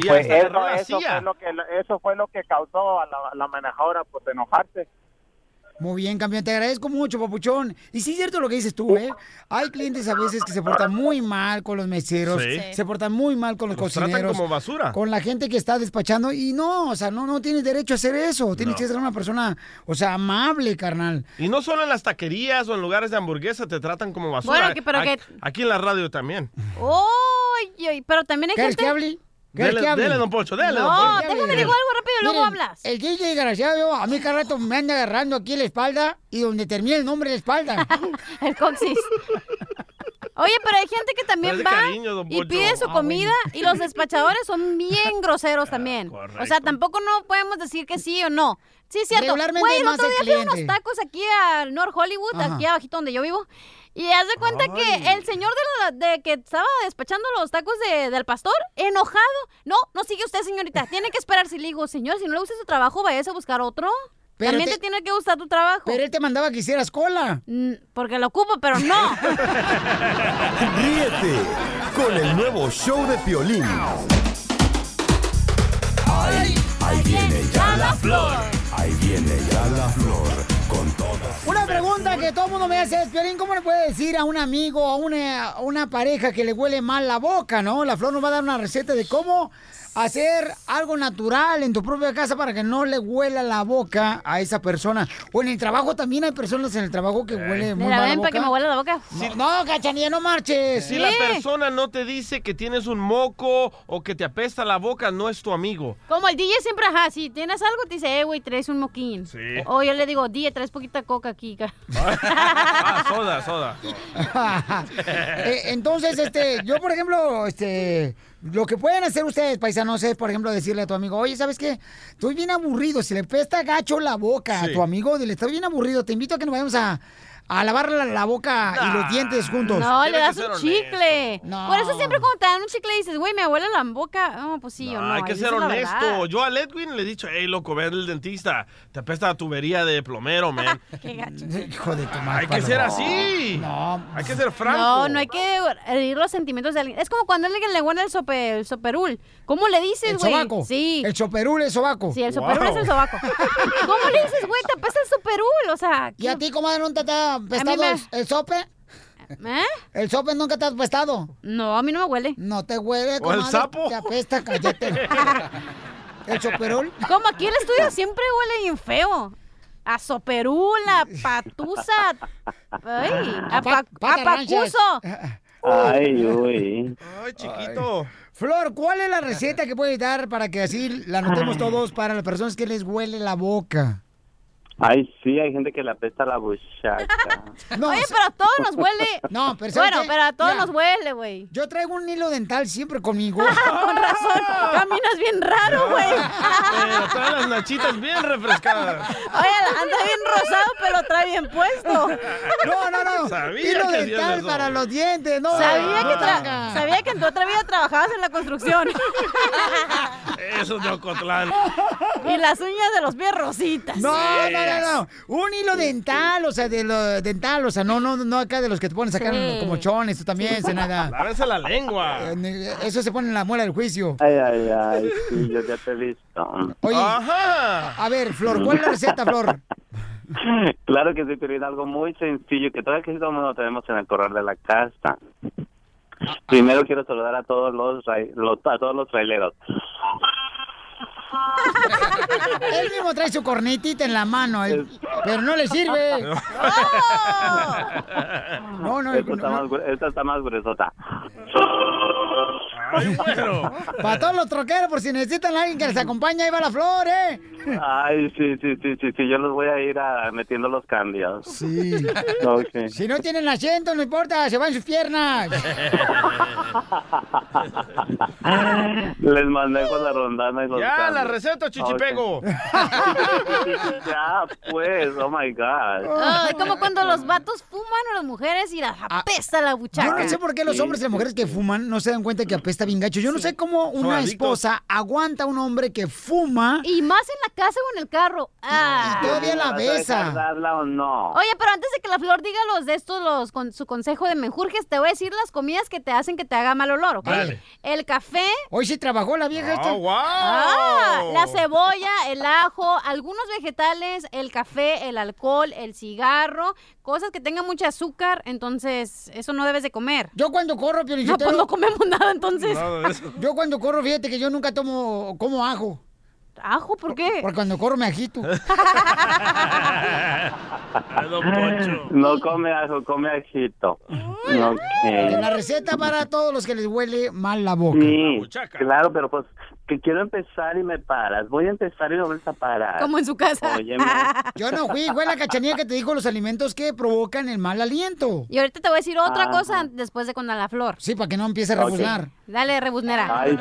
Y
Pues
hasta
eso,
cerró la
eso
silla.
fue lo que, eso fue lo que causó a la, a la manejadora pues enojarse.
Muy bien, campeón, te agradezco mucho, papuchón. Y sí es cierto lo que dices tú, ¿eh? Hay clientes a veces que se portan muy mal con los meseros,
Sí.
se portan muy mal con los,
Los tratan
cocineros.
como basura.
Con la gente que está despachando y no, o sea, no, no tienes derecho a hacer eso. Tienes
No.
que ser una persona, o sea, amable, carnal.
Y no solo en las taquerías o en lugares de hamburguesa te tratan como basura.
Bueno, que- pero
Ac-
que-
Aquí en la radio también.
Oy, oy, pero también hay
¿Quieres
gente...
que hable? ¿Quieres
Dele-
que hable?
dele, don Poncho, dele, don
No,
Poncho.
déjame digo algo rápido y luego
Miren,
hablas.
El DJ desgraciado a mí cada rato me anda agarrando aquí la espalda y donde termina el nombre la espalda.
el coxis. Oye, pero hay gente que también
Pero
va
es de cariño, don
y
Poncho.
pide su
Ah,
comida
bueno. Ah,
y los despachadores son bien groseros también. O sea, tampoco no podemos decir que sí o no. Sí, es cierto.
Regularmente
Güey,
es
el
más
otro
el
día fui a unos
cliente.
tacos aquí a North Hollywood,
Ajá.
aquí abajito donde yo vivo. Y haz de cuenta que el señor de, la- de que estaba despachando los tacos de- del pastor, enojado. No, no sigue usted, señorita. Tiene que esperar. Si le digo, señor, si no le gusta su trabajo, váyase a buscar otro.
Pero
También
te-
te tiene que gustar tu trabajo. Mm,
Pero él te mandaba que hicieras cola.
Porque lo ocupo, pero no.
Ríete con el nuevo show de Piolín. Ahí, ahí viene ya la flor. Ahí viene ya la flor con todas.
Una pregunta que todo el mundo me hace es, Piolín, ¿cómo le puede decir a un amigo, a una, a una pareja que le huele mal la boca, no? La flor nos va a dar una receta de cómo hacer algo natural en tu propia casa para que no le huela la boca a esa persona. O en el trabajo también hay personas en el trabajo que huele muy
Eh. Mira,
mal la
ven,
boca.
para que me huela la boca.
No, no, cachanilla, no marches.
Si la persona no te dice que tienes un moco o que te apesta la boca, no es tu amigo.
Como el DJ siempre, ajá, si tienes algo, te dice, eh, güey, traes un moquín.
Sí.
O yo le digo, DJ, traes poquita coca aquí. ca-".
Ah, soda, soda.
Eh, Entonces, este, yo por ejemplo, este, lo que pueden hacer ustedes, paisanos, es por ejemplo decirle a tu amigo, oye, ¿sabes qué? Estoy bien aburrido, si le pesta gacho la boca
Sí.
a tu amigo, dile, estoy bien aburrido, te invito a que nos vayamos a, a lavar la, la boca y los dientes juntos.
No, le das un chicle.
No.
Por eso siempre cuando te dan un chicle dices, güey, me huele la boca. No, pues sí, o no.
hay
ahí
que
dices
ser
la verdad.
honesto. Yo a Ledwin le he dicho, hey, loco, ve al dentista. Te apesta la tubería de plomero, man.
Qué gacho.
Hijo de tu madre.
Hay que
Pablo.
ser así.
No.
Hay que ser franco.
No, no hay que herir los sentimientos de alguien. Es como cuando alguien le huele el, sope, el soperul. ¿Cómo le dices,
El
güey?
sobaco.
Sí.
El soperul es sobaco.
Sí, el soperul es el sobaco. ¿Cómo le dices, güey? Te apesta el soperul, o sea...
¿Y a ti, comadre, no te ha apestado el- el sope?
¿Eh?
¿El sope nunca te ha apestado?
No, a mí no me huele.
No te huele,
¿O el
comadre,
sapo?
Te apesta, cállate. ¿El soperol?
Como aquí el estudio siempre huele bien feo. A soperula, patusa, ay, a, pa- a pacuso.
Ay, uy.
chiquito.
Flor, ¿cuál es la receta que puedes dar para que así la notemos todos para las personas que les huele la boca?
Ay, sí, hay gente que le apesta la buchaca.
Oye, pero a todos nos huele.
No, pero ¿sabes
Bueno,
qué?
pero a todos
Mira,
nos huele, güey.
Yo traigo un hilo dental siempre conmigo.
Con razón, caminas bien raro, güey.
Pero todas las nachitas bien refrescadas.
Oye, anda bien rosado, pero lo trae bien puesto.
No, no, no.
Sabía
hilo
que hacías
dental
eso.
para los dientes, no.
Sabía,
no,
que tra-
tanga.
sabía que en tu otra vida trabajabas en la construcción.
Eso es de Ocotlán.
y las uñas de los pies rositas.
No, no, no, no. Un hilo dental, o sea, de lo, dental, o sea, no, no, no acá de los que te pones acá
Sí.
en- como chones, tú también, nada. Eh,
Lávense la lengua.
Eso se pone en la muela del juicio.
Ay, ay, ay, sí, yo ya te he visto.
Oye, a ver, Flor, ¿cuál es la receta, Flor?
Claro que sí, pero es algo muy sencillo que todo el que todo el mundo tenemos en el corral de la casa.
Ah.
Primero quiero saludar a todos los, ra- los- a todos los traileros.
Él mismo trae su cornetita en la mano, él- pero no le sirve. No, no,
esta,
no,
está
no.
más, gru- esta está más gruesota.
Para todos los troqueros, por si necesitan a alguien que les acompañe, ahí va la Flor, ¿eh?
Ay, sí, sí, sí, sí, sí, yo los voy a ir a- metiendo los cambios.
Sí.
Ok.
Si no tienen asiento, no importa, se van sus piernas.
Les manejo la rondana y los
Ya, la
cambios.
receta, chichipego.
Ok. ya, pues, oh my God.
Ay, como cuando los vatos fuman o las mujeres y las apesta la buchaca.
Ah, Yo no sé por qué los hombres y las mujeres que fuman no se dan cuenta que apesta bien gacho. Yo no sé cómo una
adictos.
esposa aguanta a un hombre que fuma.
Y más en la casa o en el carro. Ah.
¿Casarla o no?
Oye, pero antes de que la flor diga los de estos, los, con su consejo de menjurjes, te voy a decir las comidas que te hacen que te haga mal olor, ¿ok?
Órale.
El café.
Hoy sí trabajó la vieja esta.
wow. Ah, la cebolla, el ajo, algunos vegetales, el café, el alcohol, el cigarro, cosas que tengan mucho azúcar, entonces eso no debes de comer.
Yo cuando corro, Pio
No, pues no comemos nada entonces.
Yo cuando corro, fíjate que yo nunca tomo, como ajo.
¿Ajo? ¿Por qué?
Porque cuando corro me agito.
No come ajo, come ajito. No,
En la receta para todos los que les huele mal la boca.
Sí, claro, pero pues que quiero empezar y me paras. Voy a empezar y no vuelves a parar. Óyeme.
Yo no fui, fue la cachanilla que te dijo los alimentos que provocan el mal aliento.
Y ahorita te voy a decir otra
Ajá.
cosa después de con la flor.
Sí, para que no empiece a
Ok.
rebuznar.
Dale, rebuznera.
Ay.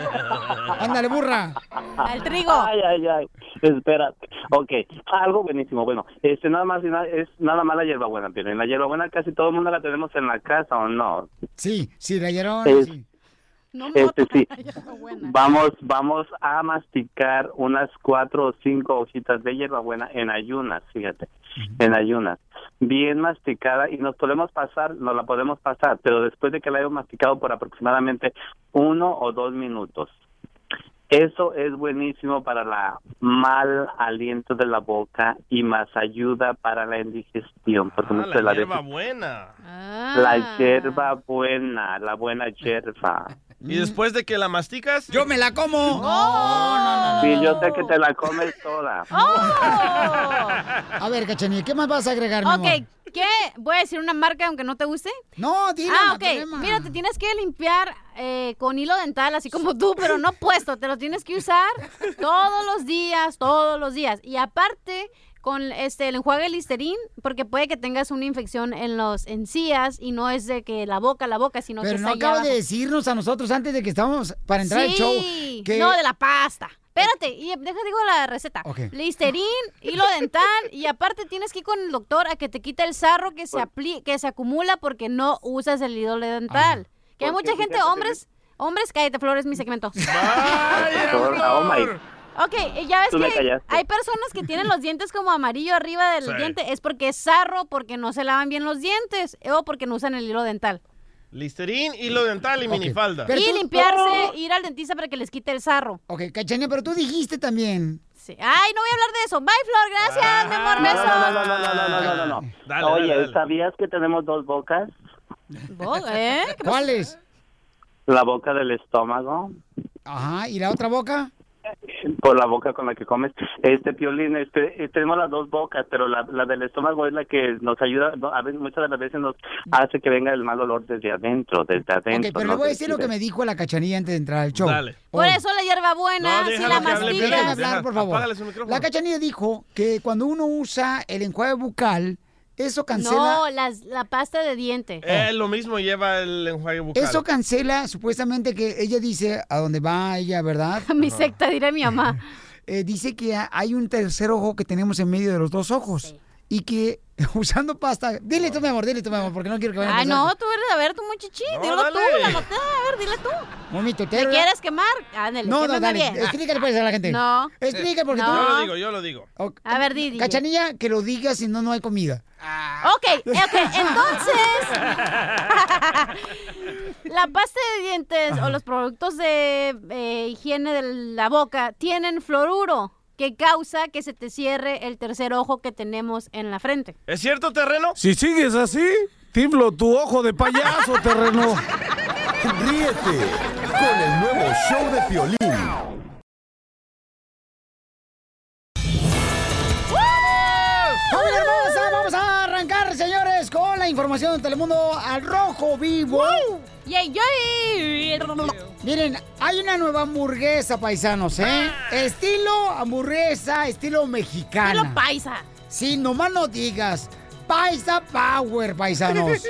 Ándale, burra.
Al trigo.
Ay, ay, ay. Espera. Ok, algo buenísimo. Bueno, este nada más y nada- es nada más la hierbabuena, pero en la hierbabuena casi todo el mundo la tenemos en la casa o no.
Sí, sí, la hierba.
Es-
sí.
Este sí. Vamos, vamos a masticar unas cuatro o cinco hojitas de hierbabuena en ayunas, fíjate, en ayunas, bien masticada y nos podemos pasar, nos la podemos pasar, pero después de que la hayamos masticado por aproximadamente uno o dos minutos. Eso es buenísimo para la mal aliento de la boca y más ayuda para la indigestión, porque
Ah,
muchas de
la
las
hierba
veces-
buena.
la hierba buena, la buena hierba.
Y después de que la masticas...
¡Yo me la como!
Sí, yo sé que te la comes toda.
A ver, cachanilla, ¿qué más vas a agregar, mi amor?
Ok, ¿qué? ¿Voy a decir una marca aunque no te guste?
No, dile,
Ah,
no hay
ok. Mira, te tienes que limpiar eh, con hilo dental, así como tú, pero no puesto. Te lo tienes que usar todos los días, todos los días. Y aparte con este el enjuague listerín porque puede que tengas una infección en los encías y no es de que la boca la boca sino que
Pero
está
no
allá
acaba de
abajo.
decirnos a nosotros antes de que estábamos para entrar al
Sí,
show. Que...
No, de la pasta. Espérate, y deja digo la receta.
Ok.
Listerín, hilo dental y aparte tienes que ir con el doctor a que te quite el sarro que se apli- que se acumula porque no usas el hilo dental. Que hay
Porque
mucha gente,
fíjate que
hombres, hombres, cállate, flores, mi segmento.
Por- oh my.
Ok, y ya ves
Tú me
que
callaste.
hay personas que tienen los dientes como amarillo arriba del
Sí.
diente, es porque es sarro, porque no se lavan bien los dientes o porque no usan el hilo dental.
Listerín, hilo dental y minifalda.
y limpiarse, ir al dentista para que les quite el sarro.
Ok, cachanilla, pero tú dijiste también. Ah.
Sí. Ay, no voy a hablar de eso. Bye, Flor, gracias, mi amor, besos.
No, no, no, no, no, no, no, no, no.
Dale,
Oye,
dale, dale.
¿sabías que tenemos dos bocas?
Bo- ¿eh? ¿Qué pasó?
¿Cuáles?
La boca del estómago,
Ajá, ¿y la otra boca?
por la boca con la que comes. Este piolín, este, eh, tenemos las dos bocas, pero la, la del estómago es la que nos ayuda, no, a veces, muchas de las veces nos hace que venga el mal olor desde adentro, desde adentro.
Ok, pero le
no
voy a
desde
decir lo que me dijo la cachanilla antes de entrar al show. Pues, Dale.
Por eso la hierbabuena,
No,
si
déjala
la
que hable,
masticas.
Déjame hablar, por favor. La cachanilla dijo que cuando uno usa el enjuague bucal, eso
No,
cancela.
las- la pasta de diente.
Eh, lo mismo lleva el enjuague bucal.
Eso cancela, supuestamente que ella dice a dónde va ella, ¿verdad? Eh,
mi secta, diré mi mamá.
dice que ha- hay un tercer ojo que tenemos en medio de los dos ojos. Y que usando pasta. Dile tú, mi amor, dile tú, mi amor, porque no quiero que vayan a
Ay,
pensar
no, tú eres, a ver, tú muy chichi.
No,
dilo tú,
dale.
la noté, a ver, dile tú.
que- Muy
¿Te
mitotero, ¿verdad?
quieres quemar? Ándale,
No, no,
quémame
dale.
bien.
Explícale pues a la gente.
No.
Explica porque
No.
tú-
Yo lo digo, yo lo digo.
Ok.
A ver, Didi.
Cachanilla, que lo diga, si no, no hay comida.
Ok, ok, entonces, la pasta de dientes o los productos de eh, higiene de la boca tienen fluoruro que causa que se te cierre el tercer ojo que tenemos en la frente.
¿Es cierto, terreno?
Si sigues así, Tiflo, tu ojo de payaso, terreno.
Ríete con el nuevo show de Piolín.
¡Familia hermosa! Vamos a arrancar, señores, con la información de Telemundo al rojo vivo. Miren, hay una nueva hamburguesa, paisanos, ¿eh? Estilo hamburguesa, estilo mexicana.
Ah. Estilo paisa.
Sí, nomás no digas. Paisa Power, paisanos.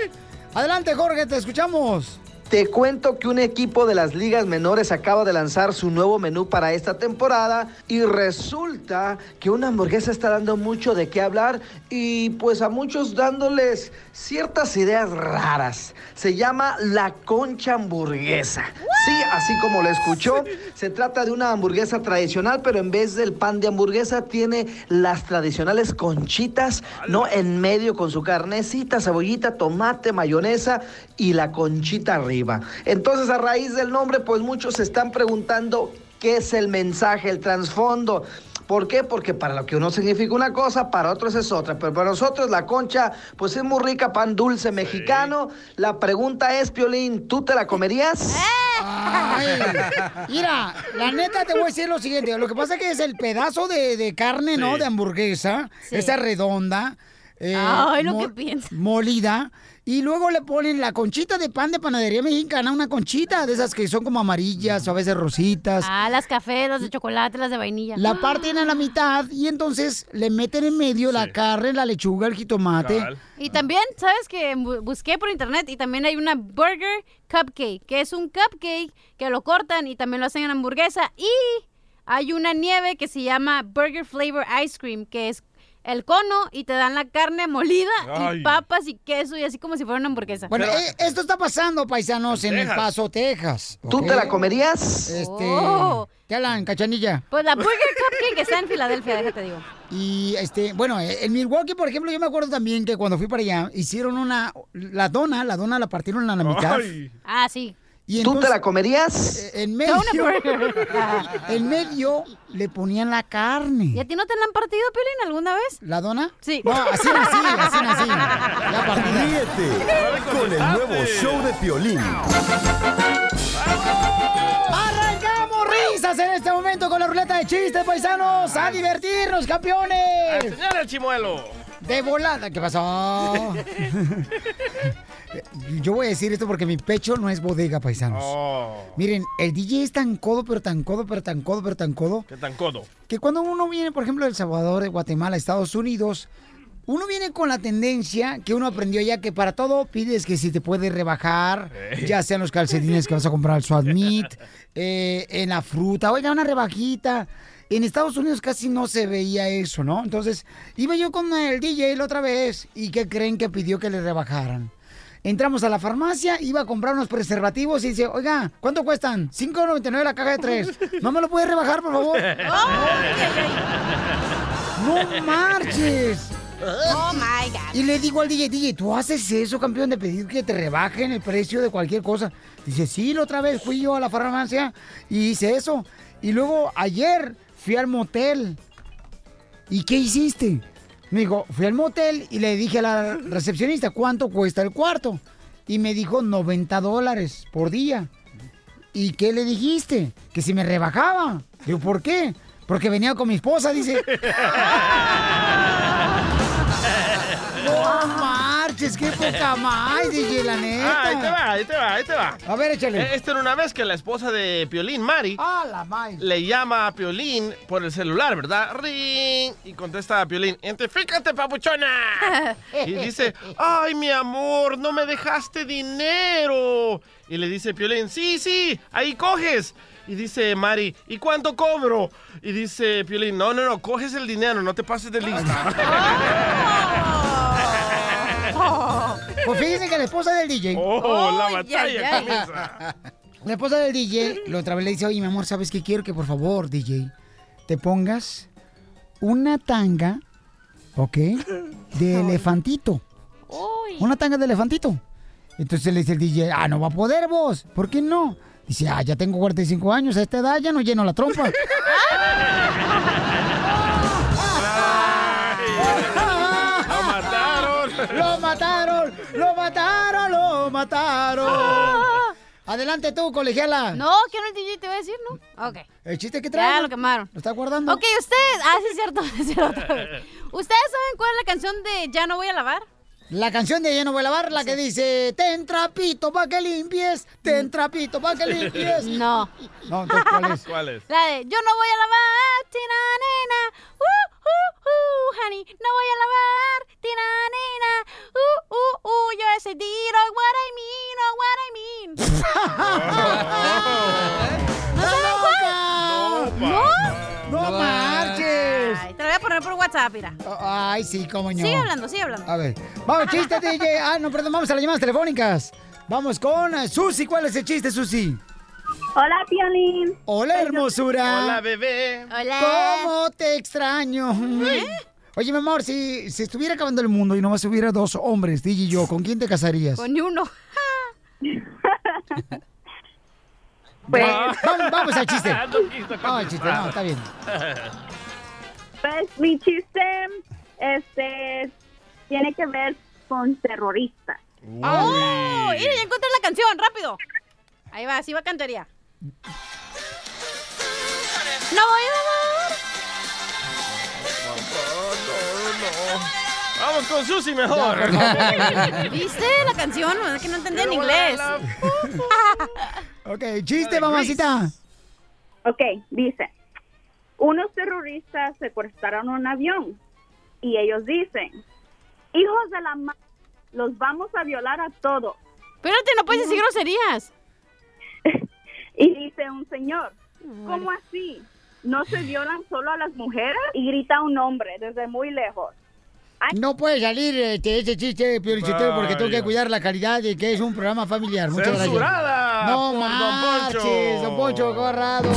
Adelante, Jorge, te escuchamos.
Te cuento que un equipo de las ligas menores acaba de lanzar su nuevo menú para esta temporada y resulta que una hamburguesa está dando mucho de qué hablar y pues a muchos dándoles ciertas ideas raras. Se llama la concha hamburguesa. Sí, así como lo escuchó, se trata de una hamburguesa tradicional, pero en vez del pan de hamburguesa tiene las tradicionales conchitas, ¿no? En medio con su carnecita, cebollita, tomate, mayonesa y la conchita arriba. Entonces, a raíz del nombre, pues muchos se están preguntando qué es el mensaje, el trasfondo. ¿Por qué? Porque para lo que uno significa una cosa, para otros es otra. Pero para nosotros la concha, pues es muy rica, pan dulce mexicano. La pregunta es, Piolín, ¿tú te la comerías?
Ay, mira, la neta te voy a decir lo siguiente. Lo que pasa es que es el pedazo de, de carne, ¿no?
Sí.
De hamburguesa,
Sí.
esa redonda. eh,
Ay, lo
mo-
que piensa.
Molida. Y luego le ponen la conchita de pan de panadería mexicana, una conchita de esas que son como amarillas o a veces rositas.
Ah, las cafés, las de chocolate, las de vainilla.
La parten a la mitad y entonces le meten en medio la carne, la lechuga, el jitomate.
Y también, ¿sabes que Bu- Busqué por internet y también hay una burger cupcake, que es un cupcake que lo cortan y también lo hacen en hamburguesa. Y hay una nieve que se llama burger flavor ice cream, que es el cono y te dan la carne molida
Ay.
y papas y queso y así como si fuera una hamburguesa.
Bueno, eh, esto está pasando, paisanos, en El
Texas.
Paso, Texas.
¿Tú
¿ok?
te la comerías?
Este,
Oh.
¿Qué hablan, cachanilla?
Pues la burger cupcake está en Filadelfia, déjate digo.
Y este, bueno, eh, en Milwaukee, por ejemplo, yo me acuerdo también que cuando fui para allá, hicieron una, la dona, la dona la partieron a la mitad.
Ah, sí.
Y
¿Tú te
entonces,
la comerías?
eh, En
Dona
medio,
burger.
en medio le ponían la carne.
¿Y a ti no te la han partido, Piolín, alguna vez?
¿La dona?
Sí.
No, así, así, así, así.
Ríete con el nuevo show de Piolín.
¡Arrancamos risas en este momento con la ruleta de chistes, paisanos! ¡A divertirnos, campeones!
Señora el chimuelo.
De volada, ¿qué pasó? Yo voy a decir esto porque mi pecho no es bodega, paisanos.
Oh,
Miren, el DJ es tan codo, pero tan codo, pero tan codo, pero tan codo,
¿Qué tan codo?
que cuando uno viene, por ejemplo, de El Salvador, de Guatemala, Estados Unidos, uno viene con la tendencia que uno aprendió ya que para todo pides que si te puede rebajar,
Ey.
ya sean los calcetines que vas a comprar al Suadmit, eh, en la fruta, oiga, una rebajita. En Estados Unidos casi no se veía eso, ¿no? Entonces, iba yo con el DJ la otra vez y ¿qué creen que pidió que le rebajaran? Entramos a la farmacia, iba a comprar unos preservativos y dice, oiga, ¿cuánto cuestan? 5.99 la caja de tres. ¿No me lo puedes rebajar, por favor? ¡No marches!
Oh my God.
Y le digo al DJ, DJ, ¿tú haces eso, campeón, de pedir que te rebajen el precio de cualquier cosa? Dice, sí, la otra vez fui yo a la farmacia y hice eso. Y luego ayer fui al motel. ¿Y qué hiciste? Me dijo, fui al motel y le dije a la recepcionista, ¿cuánto cuesta el cuarto? Y me dijo, 90 dólares por día. ¿Y qué le dijiste? Que si me rebajaba. Digo, ¿por qué? Porque venía con mi esposa, dice. ¡No marches! ¡Qué poca más, DJ, la neta!
Ah, ahí te va, ahí te va, ahí te va.
A ver, échale.
Eh, Esta era una vez que la esposa de Piolín, Mari,
¡A la madre!
le llama a Piolín por el celular, ¿verdad? Ring. Y contesta a Piolín, identifícate, papuchona. Y dice, ay, mi amor, no me dejaste dinero. Y le dice Piolín, sí, sí, ahí coges. Y dice Mari, ¿y cuánto cobro? Y dice Piolín, no, no, no, coges el dinero, no te pases de lista.
Pues fíjense que la esposa del DJ.
Oh, la Ay, batalla ay, ay. comienza.
La esposa del DJ, la otra vez le dice, oye, mi amor, ¿sabes qué quiero? Que por favor, DJ, te pongas una tanga, ¿ok? De elefantito. Una tanga de elefantito. Entonces le dice el DJ, ah, no va a poder vos. ¿Por qué no? Dice, ah, ya tengo 45 años, a esta edad ya no lleno la trompa.
¡Lo mataron!
¡Lo mataron! ¡Lo mataron! ¡Lo mataron! Adelante tú, colegiala.
Ah. No, que no el DJ te voy a decir, ¿no? Ok.
El chiste que trae.
Ya lo quemaron.
¿Lo está guardando?
Ok, ustedes. Ah, sí, es cierto. es cierto, otra vez. ¿Ustedes saben cuál es la canción de Ya no voy a lavar?
La canción de Lleno voy a lavar, la que dice, ten trapito pa' que limpies, ten trapito pa' que limpies.
Mm. No.
No, entonces, ¿cuál es?
¿Cuál es?
La de Yo no voy a lavar, tina nena. Uh, uh, uh, honey. No voy a lavar, tina nena. Uh, uh, uh. Yo ese tiro, what I mean, oh, what I mean. ¿No saben cuál? ¿No?
¡No marches! Oh,
Ay, te lo voy a poner por WhatsApp, mira.
Ay, sí, cómo no.
Sigue hablando, sigue hablando.
A ver. Vamos, chiste, DJ. Ah, no, perdón, vamos a las llamadas telefónicas. Vamos con eh, Susi. ¿Cuál es el chiste, Susi?
Hola, Piolín.
Hola, hermosura.
bebé.
¿Cómo te extraño? Oye, mi amor, si se estuviera acabando el mundo y nomás hubiera dos hombres, DJ y yo, ¿con quién te casarías?
Con uno.
Pues- Vamos, vamos al chiste.
Ah,
No, al chiste, no, está bien.
Pues mi chiste este, tiene que ver con terroristas.
¡Oh! Mira, ya encontré la canción, rápido. Ahí va, así va cantaría. No voy a amar.
Vamos con Susi mejor.
¿Viste la canción? Es que no entendí en inglés.
Ok, chiste, mamacita.
Ok, dice, unos terroristas secuestraron un avión y ellos dicen, hijos de la ma los vamos a violar a todos.
Espérate, no puedes decir groserías.
y dice un señor, ¿cómo así? ¿No se violan solo a las mujeres? Y grita un hombre desde muy lejos.
No puede salir este, ese chiste, Piolichotero, porque tengo que
Vaya.
cuidar la calidad de que es un programa familiar. Muchas gracias.
Censurada
No
por Don
marches,
Poncho.
Don Poncho agarrado.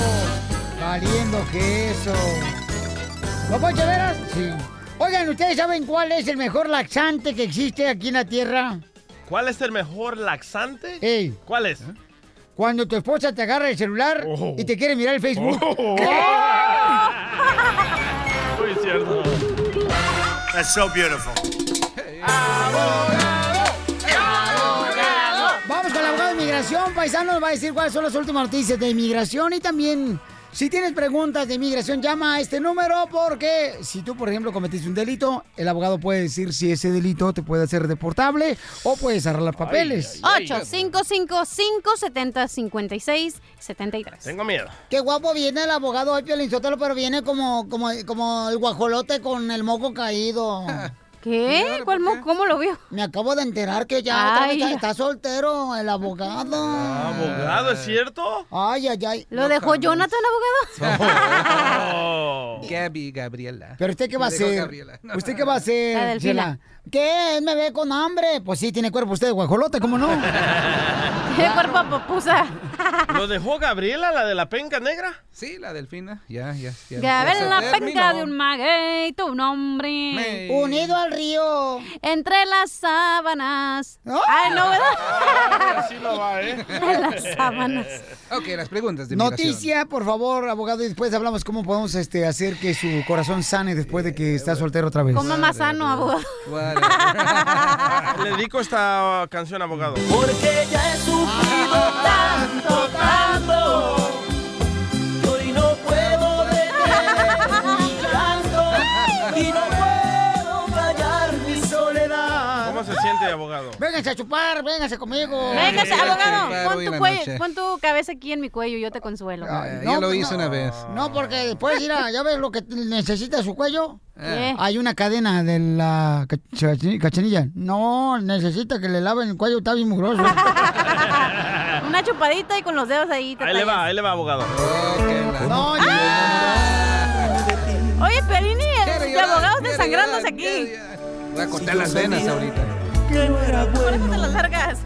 Valiendo queso. ¿Don Poncho, de veras? Sí. Oigan, ¿ustedes saben cuál es el mejor laxante que existe aquí en la Tierra?
¿Cuál es el mejor laxante?
Ey.
¿Cuál
¿Eh?
es?
Cuando tu esposa te agarra el celular y te quiere mirar el Facebook.
Muy cierto.
That's so beautiful.
Vamos con el abogado de inmigración, paisano, nos va a decir cuáles son las últimas noticias de inmigración y también si tienes preguntas de inmigración, llama a este número porque si tú, por ejemplo, cometiste un delito, el abogado puede decir si ese delito te puede hacer deportable o puedes arreglar papeles.
855-570-5673.
Tengo miedo.
Qué guapo viene el abogado hoy, Piolín Sotelo, pero viene como, como, como el guajolote con el moco caído.
¿Qué? ¿Cuál moco? ¿Cómo lo vio?
Me acabo de enterar que ya otra vez
Ay. Ah.
está, está soltero el abogado.
¿Abogado es cierto?
Ay, ay, ay.
¿Lo dejó Jonathan, abogado?
Oh.
Gaby, Gabriela.
¿Pero usted qué va a
Me dejó
hacer?
Gabriela. No.
¿Usted qué va a
La
hacer,
delfina.
Chela? ¿Qué? Él me ve con hambre. Pues sí, tiene cuerpo usted de guajolote, ¿cómo no?
¿Qué cuerpo a popusa?
¿Lo dejó Gabriela, la de la penca negra?
Sí, la delfina. Ya, ya, ya.
Gabe
Ya se
la
terminó.
penca de un maguey, tu nombre.
Me-
Unido al río. ¡Ah!
Entre las sábanas. Ay, no, ¿verdad?
Así no va, ¿eh?
Entre las sábanas.
Ok, las preguntas de inmigración.
Noticia, por favor, abogado, y después hablamos cómo podemos este, hacer que su corazón sane después de que está soltero otra vez.
Coma más sano, abogado.
Le dedico esta canción, abogado.
Porque ya he sufrido tanto, tanto. que Hoy no puedo detener mi llanto y no puedo callar mi soledad.
¿Cómo se siente, abogado?
Vénganse a chupar, vénganse conmigo.
Eh, Véngase, abogado, pon tu,
hoy en la
cuello-
noche.
pon tu cabeza aquí en mi cuello, yo te consuelo.
Ah, ya lo hice una vez.
pues No, porque después, mira, ya ves lo que necesita su cuello.
Eh.
Hay una cadena de la cacha- cachanilla. No, necesita que le laven el cuello, está bien mugroso.
Una chupadita y con los dedos ahí. te
Ahí le
tallas.
va, ahí le va, abogado.
No,
Oye, Perini, el de
llorar,
abogados
quiere
desangrándose
llorar,
aquí.
Voy a cortar las venas ahorita.
Que no era
Por eso te
bueno.
las largas.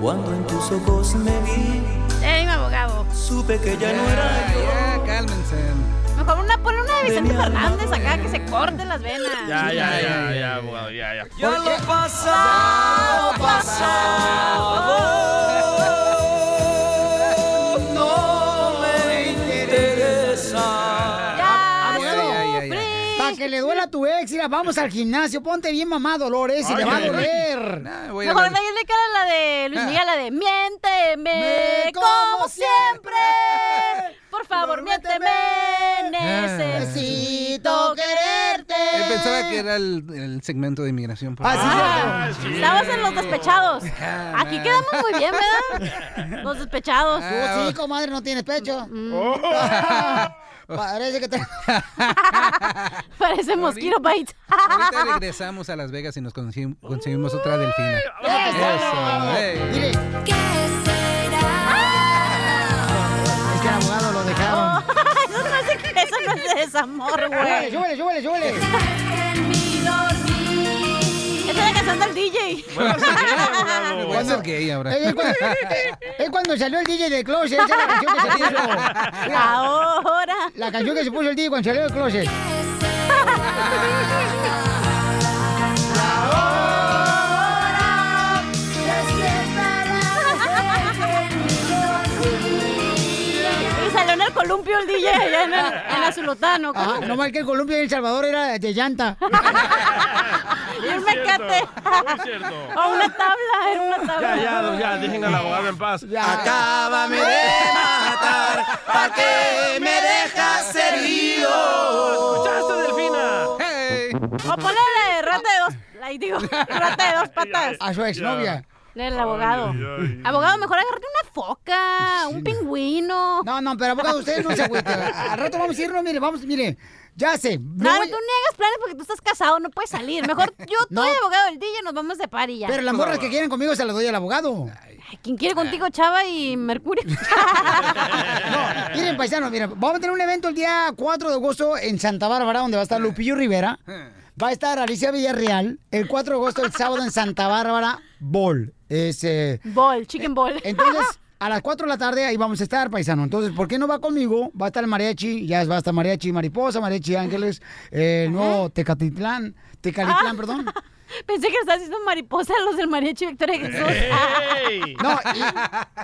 Cuando en tus ojos me vi,
Ey, mi abogado.
supe que ya no era yo.
Ya, cálmense.
Mejor una, ponle una de Vicente Fernández acá que se corte las venas.
Ya, ya, ya, ya, abogado, ya, ya.
Ya lo pasado, pasado. No me interesa.
Ah, Para que le duela a tu ex, mira, vamos al gimnasio, ponte bien mamá Dolores y
Ay,
te va a
ay, ay.
doler.
voy
Mejor de ahí le cara la de
Ah.
Luis Miguel, la de miénteme como siempre. Por favor, miénteme. Necesito quererte.
Ah. Yo pensaba que era el, el segmento de inmigración. por
Ah,
favor.
Estabas en los despechados. Aquí quedamos muy bien,
Ah,
¿verdad? Los despechados. Mm.
Mm.
Oh.
Tú sí, comadre, no tienes pecho. Parece que te...
Parece mosquito bite.
Ahorita regresamos a Las Vegas y nos consi- conseguimos otra delfina.
Eso. Mire. Es que el abogado lo dejaron.
eso, no es, eso no es desamor, güey.
Súbele, súbele, súbele.
Esa es la canción del DJ.
Voy a ser gay ahora.
Es cuando, es cuando salió el DJ de Closet, esa es la canción que se puso. Mira,
Ahora.
La canción que se puso el DJ cuando salió de Closet.
Y salió en el columpio el DJ allá en, el, en la Zulutano.
Ah, no mal que el columpio de El Salvador era de llanta.
Y un mecate. O una tabla, era una tabla.
Ya, ya, ya, dejen al abogado en paz.
Acábame de matar, ¿pa' qué me dejas herido?
¿Escuchaste, Delfina?
O ponle la de rata de dos. Ahí digo, rata de dos patas.
A su exnovia.
El abogado. Abogado, mejor agárrate una foca, un pingüino.
No, no, pero abogado, ustedes no se agüiten. Al rato vamos a irnos, mire, vamos, mire. Ya sé.
No,
no
tú ni hagas planes porque tú estás casado, no puedes salir. Mejor yo, tú
No.
y el abogado del DJ nos vamos de par y ya. pues.
Pero las morras que quieren conmigo se las doy al abogado.
¿Quién quiere contigo, Chava y Mercurio?
Miren, paisanos, miren, vamos a tener un evento el día 4 de agosto en Santa Bárbara, donde va a estar Lupillo Rivera. Va a estar Alicia Villarreal el 4 de agosto, el sábado en Santa Bárbara, Ball. Es, eh,
Ball, chicken ball.
Entonces, a las 4 de la tarde ahí vamos a estar, paisano. Entonces, ¿por qué no va conmigo? Va a estar el mariachi, ya va a estar mariachi Mariposa, mariachi Ángeles, eh, el nuevo Tecatitlán, Tecalitlán,
Ah.
perdón.
Pensé que estás haciendo mariposa los del mariachi Victoria Jesús.
No,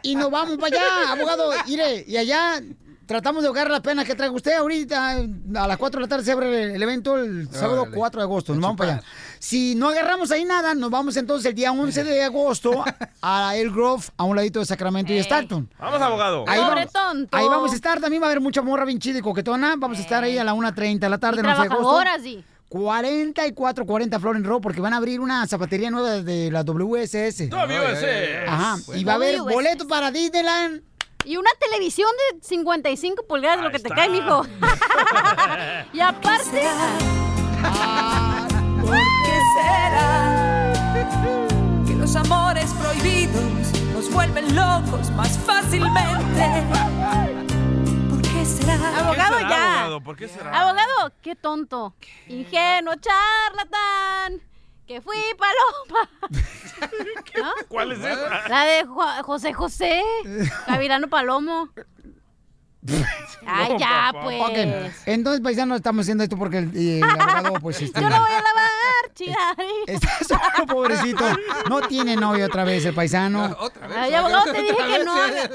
y, y nos vamos para allá, abogado. Mire, y allá tratamos de ahogar las penas que trae usted ahorita. A las 4 de la tarde se abre el evento el sábado 4 de agosto. Nos vamos para allá. Si no agarramos ahí nada, nos vamos entonces el día 11 de agosto a El Grove, a un ladito de Sacramento y Stockton.
Vamos, abogado.
Ahí vamos, ahí vamos a estar, también va a haber mucha morra bien chida y coquetona. Vamos a estar ahí a la 1.30 de la tarde, el 11 de agosto.
Trabajadoras y...
44, 40 Florin Row, porque van a abrir una zapatería nueva de la WSS.
WSS.
Ajá. Y va a haber
WSS.
boleto para Disneyland.
Y una televisión de 55 pulgadas, lo que te cae, mijo. y aparte...
¿Qué será? Que los amores prohibidos nos vuelven locos más fácilmente. ¿Por qué será?
Abogado
¿Qué será,
ya.
abogado? ¿Por qué será?
Abogado, qué tonto. Ingenuo, charlatán. Que fui paloma.
¿Cuál
Ah,
es esa?
La de Ju- José José. Gavilano Palomo. Ay,
No,
ya,
papá.
pues.
Ok, Entonces, paisanos, estamos haciendo esto porque el, eh, el abogado, pues, este,
Yo lo voy a lavar, chida.
está solo, pobrecito. No tiene novio otra vez el paisano.
Ay, abogado, te dije que no. haga-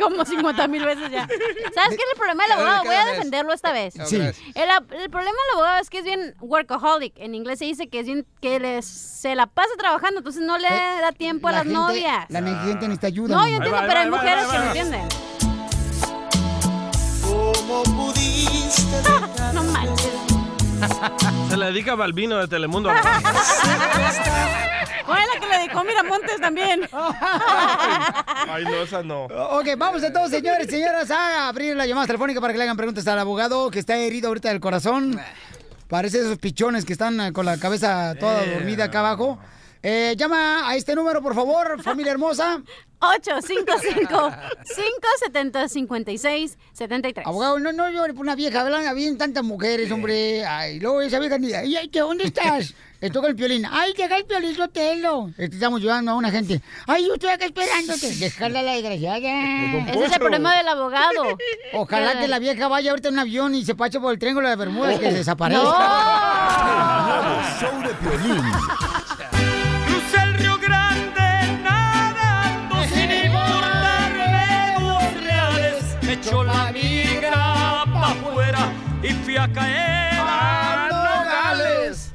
Como 50 mil veces ya. ¿Sabes qué es el problema del
Cada
abogado?
vez,
Voy a
cada vez.
defenderlo esta vez.
Sí.
El, ab- el problema del abogado es que es bien workaholic. En inglés se dice que es bien, que les- se la pasa trabajando, entonces no le da tiempo a
Eh, La
las
gente-
novias.
La gente necesita ayuda.
No,
mi
yo
amor.
entiendo, pero hay mujeres
Ah.
que no entienden.
¿Cómo pudiste dejar
No manches.
Se la dedica a Balbino de Telemundo.
¿Cuál es la que le dedicó Miramontes también?
Ay, no, esa no.
Oh,
Ok, vamos entonces, señores y señoras, a abrir la llamada telefónica para que le hagan preguntas al abogado que está herido ahorita del corazón. Parece esos pichones que están eh, con la cabeza toda dormida acá abajo. Eh, llama a este número, por favor, familia hermosa.
855-570-5673.
Abogado, no, no llore por una vieja, hablan, habían tantas mujeres, hombre. Ay, luego esa vieja ni. Ay, ay, ¿qué, ¿dónde estás? Le toca el piolín. Ay, llega el piolín, sotelo. Este, Estamos ayudando a una gente. Ay, yo estoy acá esperándote. Dejarla a la desgraciada.
Ese es el problema del abogado.
Ojalá que la vieja vaya ahorita en un avión y se pache por el triángulo de Bermudas que desaparezca.
Nuevo show de Piolín.
Crucé el Río Grande nadando sin importarme los reales. Me echó la migra pa' afuera y fui a caer a Nogales.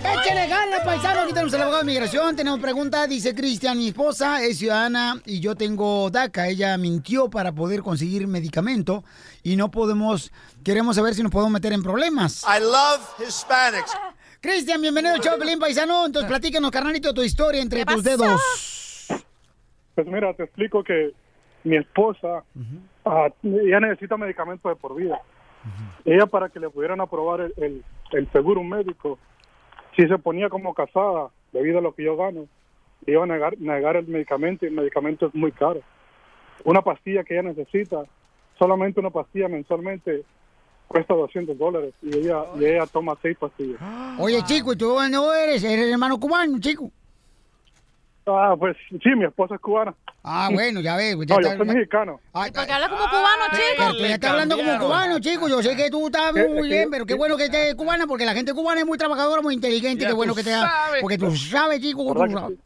Échale ganas, paisano. Aquí tenemos al abogado de migración. Tenemos pregunta. Dice Cristian, mi esposa es ciudadana y yo tengo DACA. Ella mintió para poder conseguir medicamento y no podemos, queremos saber si nos podemos meter en problemas.
I love Hispanics. Ah.
Cristian, bienvenido al show, Pelín Paisano. Entonces platícanos, carnalito, tu historia entre tus dedos.
Pues mira, te explico que mi esposa ah, ella necesita medicamento de por vida. Ella para que le pudieran aprobar el, el- el seguro médico, si se ponía como casada, debido a lo que yo gano, le iba a negar, negar el medicamento y el medicamento es muy caro. Una pastilla que ella necesita, solamente una pastilla mensualmente cuesta 200 dólares y ella, y ella toma seis pastillas.
Oye, chico, ¿y tú no eres? Eres hermano cubano, chico.
Ah, pues sí, mi esposa es cubana.
Ah, bueno, ya ves. pues, ya
No, yo
está-
soy
ya-
mexicano.
Ay,
Porque habla como cubano, chico.
Pero tú ya estás hablando como cubano, chico. Yo sé que tú estás
Eh,
muy
eh,
bien,
sí,
pero qué
sí.
bueno que estés cubana, porque la gente cubana es muy trabajadora, muy inteligente.
Ya
qué
tú
bueno que te da.
sabes.
Porque tú sabes, chico. tú
¿Verdad que
sabes.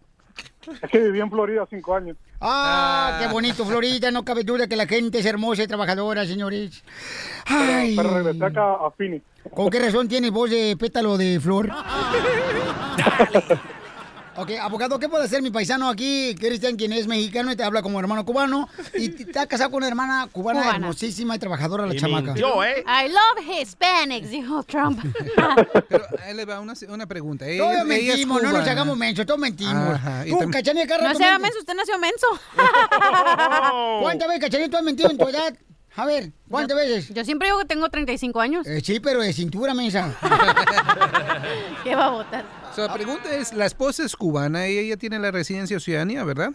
Es que viví en Florida cinco años.
Ah, qué bonito, Florida. No cabe duda que la gente es hermosa y trabajadora, señores. Ay.
Pero regresé acá a Phoenix.
¿Con qué razón tienes voz de pétalo de flor? Ok, abogado, ¿qué puede hacer mi paisano aquí? Cristian, quien es mexicano y te habla como hermano cubano. Y te te ha casado con una hermana cubana,
Cubana.
hermosísima y trabajadora la
Y
chamaca.
mintió, ¿eh?
I love Hispanics, dijo Trump.
Ahí le va una, una pregunta. Ella-
Todos
ella es
mentimos, no nos
cubana.
hagamos mensos, todos mentimos.
Ajá, y
Tú,
también-
Cachanilla, cada
No
rato
se haga
mientes.
menso, usted nació menso.
¿Cuántas veces, Cachanilla, tú has mentido en tu edad? A ver, ¿cuántas veces?
Yo siempre digo que tengo 35 años.
Eh, sí, pero de cintura, mensa.
¿Qué va a votar?
So, la pregunta es, la esposa es cubana y ella tiene la residencia o ciudadanía, ¿verdad?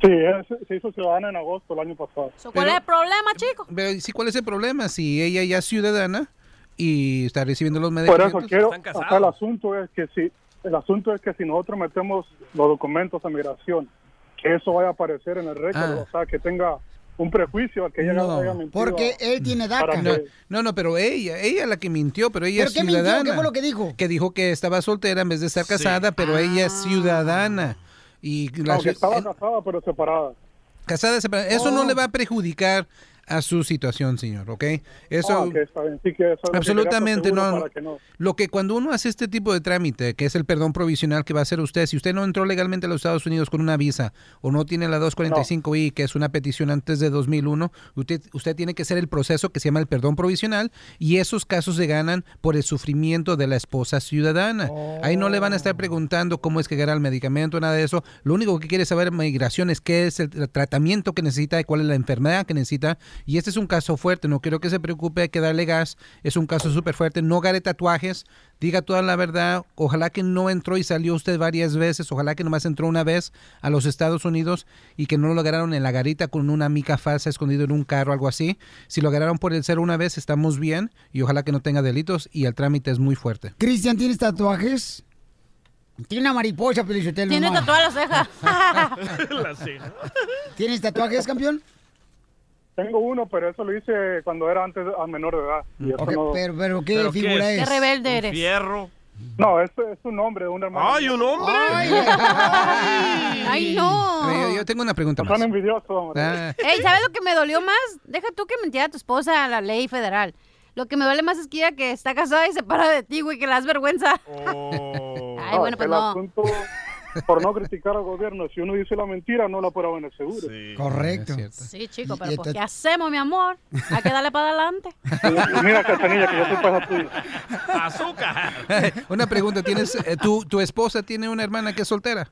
Sí, ella se- se hizo ciudadana en agosto el año pasado.
¿Cuál es el problema, chico?
Pero sí, ¿cuál es el problema? Si ella ya es ciudadana y está recibiendo los
Por
medicamentos.
eso quiero, o sea, el asunto es que si el asunto es que si nosotros metemos los documentos a migración, que eso vaya a aparecer en el récord,
Ah.
o sea, que tenga un prejuicio al que ella
No,
haya mentido.
porque
él tiene
para
No,
que-
no, no, pero ella, ella es la que mintió, pero ella
¿Pero
es
qué mintió?
ciudadana.
¿Qué fue lo que dijo?
Que dijo que estaba soltera en vez de estar casada,
Ah.
pero ella es ciudadana. Y la
aunque
ciu-
estaba
eh,
casada pero separada.
casada, separada. Eso no
Oh.
le va a perjudicar a su situación, señor, ¿ok? Eso...
Ah, ok, está bien, sí que eso es lo que quería
Absolutamente,
estar seguro
no.
para que no.
Lo que cuando uno hace este tipo de trámite, que es el perdón provisional que va a hacer usted, si usted no entró legalmente a los Estados Unidos con una visa o no tiene la 245I, que es una petición antes de 2001, usted, usted tiene que hacer el proceso que se llama el perdón provisional y esos casos se ganan por el sufrimiento de la esposa ciudadana. Ahí no le van a estar preguntando cómo es que gana el medicamento, nada de eso. Lo único que quiere saber migración es qué es el tra- tratamiento que necesita y cuál es la enfermedad que necesita. Y este es un caso fuerte, no quiero que se preocupe, hay que darle gas. Es un caso súper fuerte, no gare tatuajes, diga toda la verdad. Ojalá que no entró y salió usted varias veces, ojalá que nomás entró una vez a los Estados Unidos y que no lo agarraron en la garita con una mica falsa escondido en un carro, algo así. Si lo agarraron por el ser una vez, estamos bien y ojalá que no tenga delitos y el trámite es muy fuerte.
Cristian, ¿tienes tatuajes? Tiene una mariposa, Pelizotelo.
Tiene
nomás.
tatuadas las cejas.
¿Tienes tatuajes, campeón?
Tengo uno, pero eso lo hice cuando era antes a menor de edad. y eso
Ok,
no-
pero- pero ¿qué ¿Pero qué figura es? es? Qué rebelde
¿Un
eres.
Fierro. No, es, es un hombre, un hermano.
¡Ay, un hombre!
Ay,
Ay, no.
Pero yo, yo tengo una pregunta más.
Son envidiosos, hombre.
Ah,
Ey, ¿sabes lo que me dolió más? Deja tú que mentiera a tu esposa a la ley federal. Lo que me duele más es que ella que está casada y se para de ti, güey, que le das vergüenza. Ay,
No,
bueno, pues
el
no.
asunto, por no criticar al gobierno, si uno dice la mentira, no la prueban en el seguro.
Correcto.
Sí, chico, pero
este
Y
pues,
esta-
¿qué hacemos, mi amor? Hay que darle para adelante.
Mira, Cachanilla, que yo soy paja tuya.
¡Azúcar!
una pregunta, ¿tienes, eh, tu, ¿tu esposa tiene una hermana que es soltera?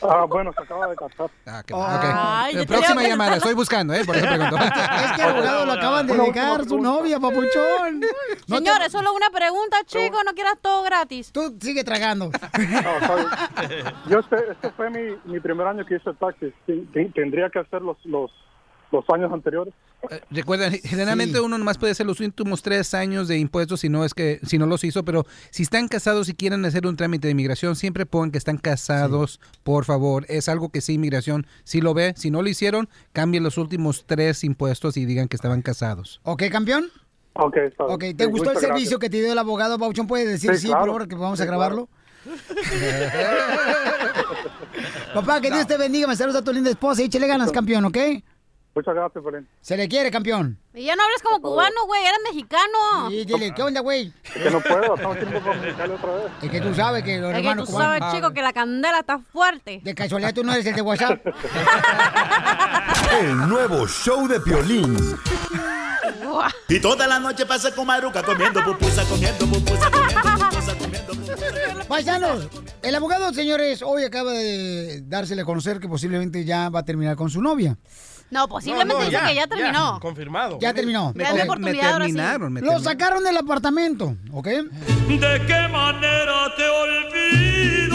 Ah, bueno, se acaba de casar.
Ah,
Ok. Eh, próxima llamada, estoy buscando, ¿eh? Por eso pregunto.
Es que abogado lo acaban de dejar su novia, papuchón. No te-
Señores, solo una pregunta, chico, no quieras todo gratis.
Tú sigue tragando.
No, ¿sabes? Yo este, este fue mi, mi primer año que hice taxis. Ten- ten- Tendría que hacer los, los, los años anteriores.
Eh, Recuerda, generalmente uno nomás puede hacer los últimos tres años de impuestos si no es que si no los hizo, pero si están casados y quieren hacer un trámite de inmigración, siempre pongan que están casados, por favor. Es algo que sí, inmigración, si lo ve, si no lo hicieron, cambien los últimos tres impuestos y digan que estaban casados.
¿Ok, campeón?
Ok, está
Ok, ¿te gustó el servicio que te dio el abogado, Pauchón? ¿Puedes decir sí,
Sí, claro.
por favor, que vamos a
Sí,
grabarlo? Papá, que Dios te bendiga, me saluda a tu linda esposa y échale ganas, campeón, ¿ok?
Muchas gracias, Belén.
Se le quiere, campeón.
Y ya no hables como cubano, güey, eres mexicano.
Y Oh. dile, ¿qué onda, güey?
Que no puedo, estamos haciendo comunicarle otra vez.
Es que tú sabes que los
Es que
hermanos
tú sabes,
cubanos-
chico, que la candela está fuerte.
De casualidad tú no eres el de WhatsApp.
El nuevo show de Piolín.
Y toda la noche pasa con Maruca comiendo pupusa, comiendo pupusa, comiendo pupusa, comiendo pupusa.
Paisanos, El abogado, señores, hoy acaba de dársele a conocer que posiblemente ya va a terminar con su novia.
No, pues posiblemente
No, no,
dice
ya,
que ya
ya.
terminó.
Confirmado.
Ya terminó.
Me- Dale
Ok.
oportunidad ahora sí. Me
Lo
terminaron.
sacaron del apartamento, ¿ok?
¿De qué manera te olvido?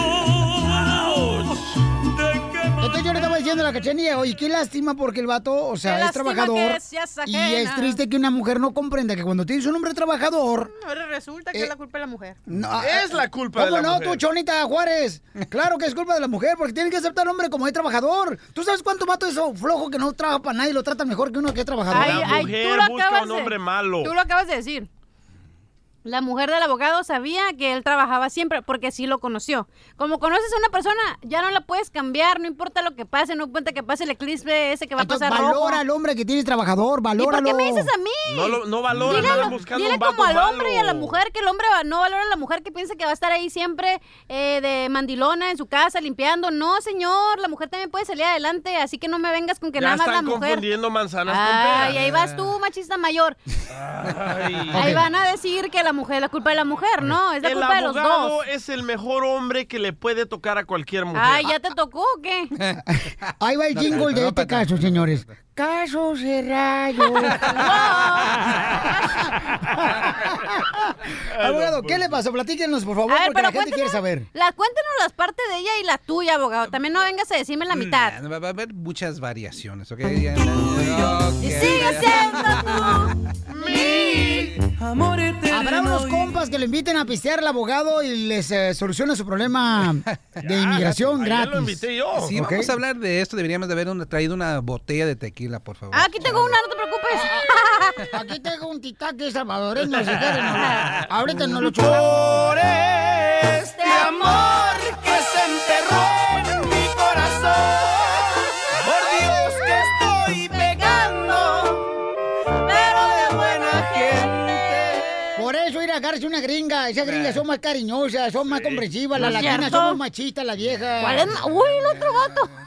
Entonces yo le estaba diciendo a la cachanilla, oye, qué lástima porque el vato, o sea,
Qué
es
lástima
trabajador.
que seas ajena.
y es triste que una mujer no comprenda que cuando tienes un hombre trabajador.
Ahora resulta que es la culpa de la mujer.
Eh, no, ah,
Es la culpa de
¿Cómo
la
no,
mujer.
tú, Chonita Juárez? Claro que es culpa de la mujer, porque tiene que aceptar al hombre como es trabajador. ¿Tú sabes cuánto vato eso flojo que no trabaja para nadie lo tratan mejor que uno que es trabajador?
Ay, ay, tú lo acabas de- Tú lo acabas de decir. La mujer del abogado sabía que él trabajaba siempre porque así lo conoció. Como conoces a una persona, ya no la puedes cambiar, no importa lo que pase, no importa que pase el eclipse ese que va
Entonces,
a pasar rojo.
valora al hombre que tienes trabajador,
¿Y por
valóralo.
qué me dices a mí?
No lo- no valora,
Dile a
andan
lo-
buscando
dile
un vato
como al hombre y a la
malo.
mujer, que el hombre va- no valora a la mujer que piensa que va a estar ahí siempre eh, de mandilona en su casa limpiando. No, señor, la mujer también puede salir adelante, así que no me vengas con que
ya
nada más la
están
mujer.
confundiendo manzanas
Ay, ahí
con
vas tú, machista mayor.
peras. Ay.
Ahí van a decir que la mujer, la culpa de la mujer, ¿no? Es la
el
culpa de los
abogado
dos.
es el mejor hombre que le puede tocar a cualquier mujer.
Ay, ¿ya te tocó o qué?
Ahí va el jingle de este caso, señores. Caso cerrado. Abogado, ¿qué le pasó? Platíquenos, por favor,
A ver,
porque la
pero
gente quiere
cuéntanos-
saber.
La, cuéntanos las partes de ella y la tuya, abogado. También no vengas a decirme la mitad.
Nah, Ah, va va a haber muchas variaciones, ¿ok?
Y sigue siendo
Amor Habrá unos compas que lo inviten a pistear al abogado y les eh, solucione su problema de inmigración gratis.
Sí,
¿Ok?
vamos a hablar de esto. Deberíamos de haber una- traído una botella de tequila, por favor.
Ah, Aquí tengo una, no te preocupes.
Aquí tengo un titaque salvadoreño, si quieren. Ahorita no lo
Por este amor que se enterró en mi corazón. Por Dios que estoy pegando, pero de buena gente.
Por eso ir a agarrarse una gringa. Esas gringas son más cariñosas, son más comprensivas. Las
¿No es
latinas
cierto?
somos machistas, las viejas.
¿Cuál es ma- Uy, el otro vato.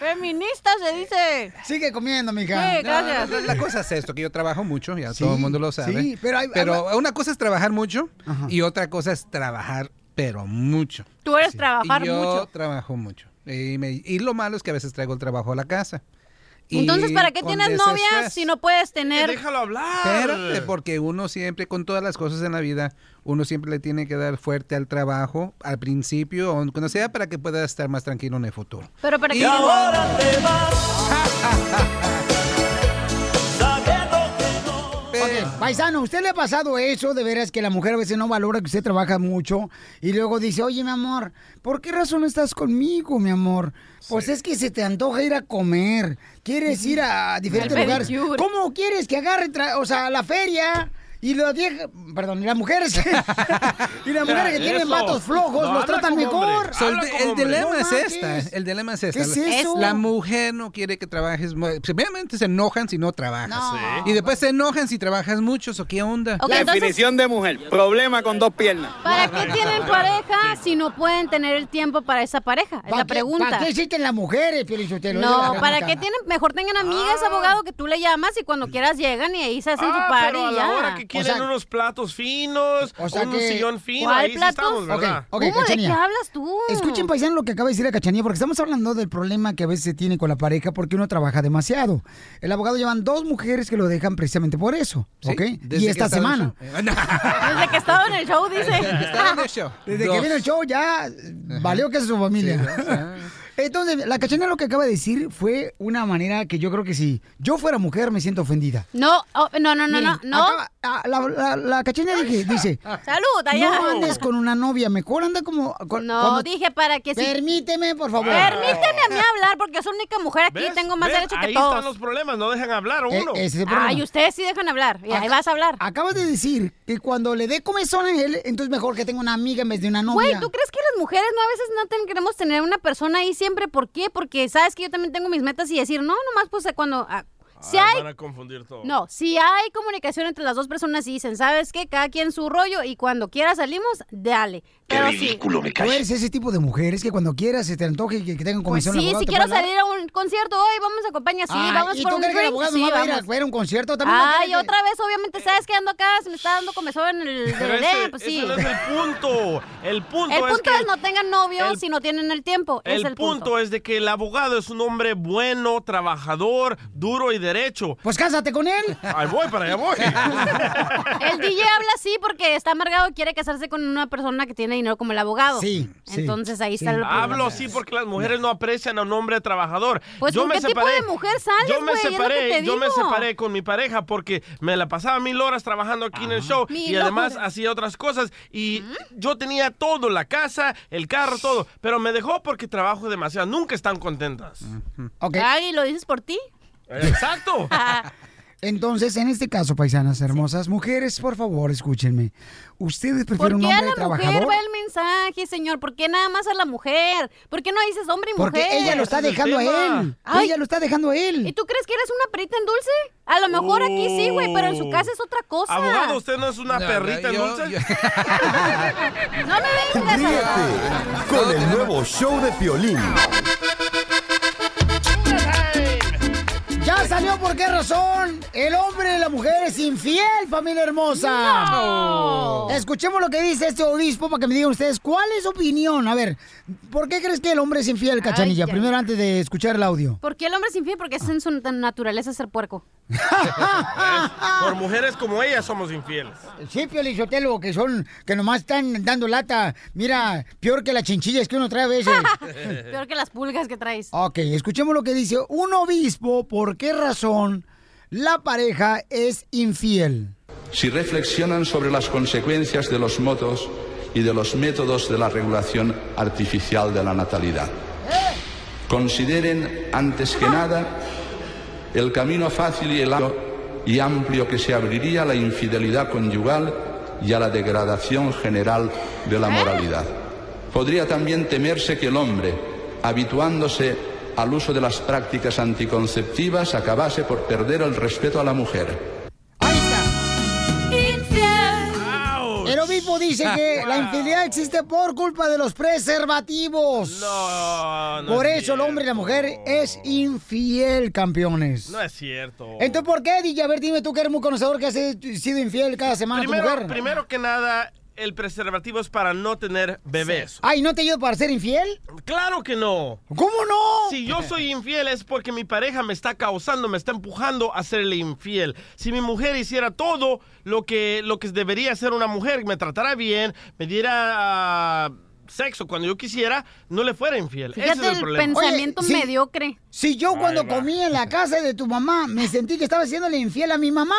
Feminista se dice.
Sigue comiendo, mija.
Sí, gracias.
No, no, la cosa es esto, que yo trabajo mucho, ya todo el mundo lo sabe.
Ah, sí, pero hay-
Pero una cosa es trabajar mucho y otra cosa es trabajar, pero mucho.
Tú eres
Y
trabajar
yo
mucho.
trabajo mucho. Y, me- y lo malo es que a veces traigo el trabajo a la casa. Y
Entonces, ¿para qué
con
tienes novia
desestrés.
si no puedes tener?
déjalo hablar.
Espérate, porque uno siempre, con todas las cosas en la vida, uno siempre le tiene que dar fuerte al trabajo, al principio, o cuando sea, para que pueda estar más tranquilo en el futuro.
Pero para
Y
qué.
ahora
te
Ok, Paisano, ¿usted le ha pasado eso de veras que la mujer a veces no valora que usted trabaja mucho y luego dice, oye, mi amor, ¿por qué razón no estás conmigo, mi amor? Pues es que se te antoja ir a comer, quieres ir a diferentes
Al
lugares.
pedicure.
¿Cómo quieres que agarre, tra- o sea, la feria? Y las viejas, perdón, y las mujeres, y las mujeres que tienen
Eso.
vatos flojos
No,
los
habla
tratan
como hombre.
mejor.
So, el, el dilema
No
es
manches.
esta, el dilema es
¿Qué
esta.
es eso?
La mujer no quiere que trabajes, mu- primeramente se enojan si no trabajas.
No. Sí.
Y después se enojan si trabajas mucho, ¿o qué onda?
Ok, La entonces- definición
de mujer, problema con dos piernas.
¿Para qué tienen pareja si no pueden tener el tiempo para esa pareja? Es
¿Para
la
qué-
pregunta.
¿Para qué existen las mujeres, Pielichotelo? Esa es la Ah.
No, ¿para
pregunta.
qué tienen? Mejor tengan amigas, abogado, que tú le llamas y cuando quieras llegan y ahí se hacen
Ah,
su party
pero a
y
la
ya.
hora que quieren unos platos finos, un sillón fino,
¿Cuál
ahí sí
platos?
estamos, ¿verdad?
Ok, ok,
¿Cómo? ¿De qué
Cachanilla.
hablas tú?
Escuchen, paisano, lo que acaba de decir la cachanilla, porque estamos hablando del problema que a veces se tiene con la pareja porque uno trabaja demasiado. El abogado llevan dos mujeres que lo dejan precisamente por eso,
Sí,
¿ok?
desde
Y
que
esta
estaba en
semana.
Desde que estaba en el show, dice.
Estaba en el show.
Desde que
Dos.
viene el show ya valió que es su familia. Entonces, la cachanilla lo que acaba de decir fue una manera que yo creo que si yo fuera mujer me siento ofendida.
No, oh, no, no, no, no,
Miren,
no.
acaba- ah, la, la- la cachanilla dije- dice,
Salud, allá.
no andes con una novia, mejor anda como... con-
No,
cuando-
dije para que sí.
Permíteme, por favor.
Permíteme a mí hablar porque soy la única mujer aquí
¿Ves?
y tengo más
¿Ves?
derecho
ahí
que todos.
están los problemas, no dejan hablar a
Eh,
uno.
ese es el problema.
Ay, ustedes sí dejan hablar. Y ahí
Ac-
vas a hablar.
Acabas de decir que cuando le dé comezón a él, entonces mejor que tenga una amiga en vez de una novia.
Güey, ¿tú crees que las mujeres no a veces no ten- queremos tener una persona ahí siempre? ¿Por qué? Porque sabes que yo también tengo mis metas y decir, no, nomás pues cuando... ah, si
Ay,
hay
Van a confundir todo.
No, si hay comunicación entre las dos personas y dicen, ¿sabes qué? Cada quien su rollo y cuando quiera salimos, dale. Pero sí.
Tú eres ese tipo de mujeres que cuando quieras se te antoje y que, que tengan
Pues
comezón.
sí,
el abogado
si
te
quiero
puede hablar.
salir a un- concierto hoy, vamos a acompañar, sí,
Ay,
vamos
¿y
por
tú
un
crees que el
drink,
abogado
sí,
nomás va a ir a
vamos.
ver un concierto también? no
Ay,
tiene que-
otra vez, obviamente, ¿sabes que ando acá? Se me está dando comezón en el
Pero ese,
dedo, pues sí.
ese no es el punto. El punto,
El
es,
punto
que
es no tengan novio si no tienen el tiempo.
el,
es el
punto, es de que el abogado es un hombre bueno, trabajador, duro y derecho.
Pues cásate con él.
Ahí voy, para allá voy.
El DJ habla así porque está amargado y quiere casarse con una persona que tiene dinero como el abogado.
Sí, sí,
Entonces ahí está el problema.
Hablo así porque las mujeres no aprecian a un hombre trabajador.
Pues
yo
¿con
me
qué tipo
separé.
de mujer sales,
yo me
güey? Es lo que
separé,
te
yo me
digo.
separé con mi pareja porque me la pasaba mil horas trabajando aquí en el show
Mil
y además
horas.
hacía otras cosas y yo tenía todo, la casa, el carro, todo, pero me dejó porque trabajo demasiado. Nunca están contentas.
Ay, ¿lo dices por ti?
Exacto.
Entonces, en este caso, paisanas hermosas, mujeres, por favor, escúchenme. ¿Ustedes
¿Por
prefieren un
qué a
hombre
la
trabajador?
mujer va el mensaje, señor? ¿Por qué nada más a la mujer? ¿Por qué no dices hombre y mujer?
Porque ella lo está dejando a él.
Ay,
Ella lo está dejando a él.
¿Y tú crees que eres una perita en dulce? A lo mejor aquí sí, güey, pero en su casa es otra cosa.
Abogado, ¿usted no es una
No,
perrita
yo-
dulce?
No me vengas, abogado.
Con el nuevo show de Piolín.
Ya salió por qué razón. El hombre de la mujer es infiel, familia hermosa. Escuchemos lo que dice este obispo para que me digan ustedes cuál es su opinión. A ver, ¿por qué crees que el hombre es infiel, Cachanilla?
ya.
Primero antes de escuchar el audio.
¿Por qué el hombre es infiel? Porque es en su naturaleza ser puerco.
Por mujeres como ella somos infieles.
Sí, Piolizotelo, que son, que nomás están dando lata. Mira, peor que las chinchillas que uno trae a veces.
Peor que las pulgas que traes.
ok, escuchemos lo que dice un obispo, por qué razón la pareja es infiel.
si reflexionan sobre las consecuencias de los modos y de los métodos de la regulación artificial de la natalidad. Consideren, antes que nada, el camino fácil y, el amplio, y amplio que se abriría a la infidelidad conyugal y a la degradación general de la moralidad. Podría también temerse que el hombre, habituándose al uso de las prácticas anticonceptivas, acabase por perder el respeto a la mujer.
El obispo dice
Ah,
que la infidelidad existe por culpa de los preservativos.
No, no
por
es
eso el hombre y la mujer es infiel, campeones.
No es cierto.
Entonces, ¿por qué, DJ? A ver, dime tú que eres muy conocedor que has sido infiel cada semana a tu
Primero,
mujer.
primero que nada, el preservativo es para no tener bebés.
Ay, ¿no te ayudo para ser infiel?
Claro que no.
¿Cómo no?
Si yo soy infiel es porque mi pareja me está causando, me está empujando a serle infiel. Si mi mujer hiciera todo lo que, lo que debería hacer una mujer, me tratara bien, me diera ah, sexo cuando yo quisiera, no le fuera infiel. Ese
Fíjate
es el
el,
problema.
pensamiento
sí.
mediocre.
Si yo
Ahí
cuando
va.
comí en la casa de tu mamá me sentí que estaba haciéndole infiel a mi mamá.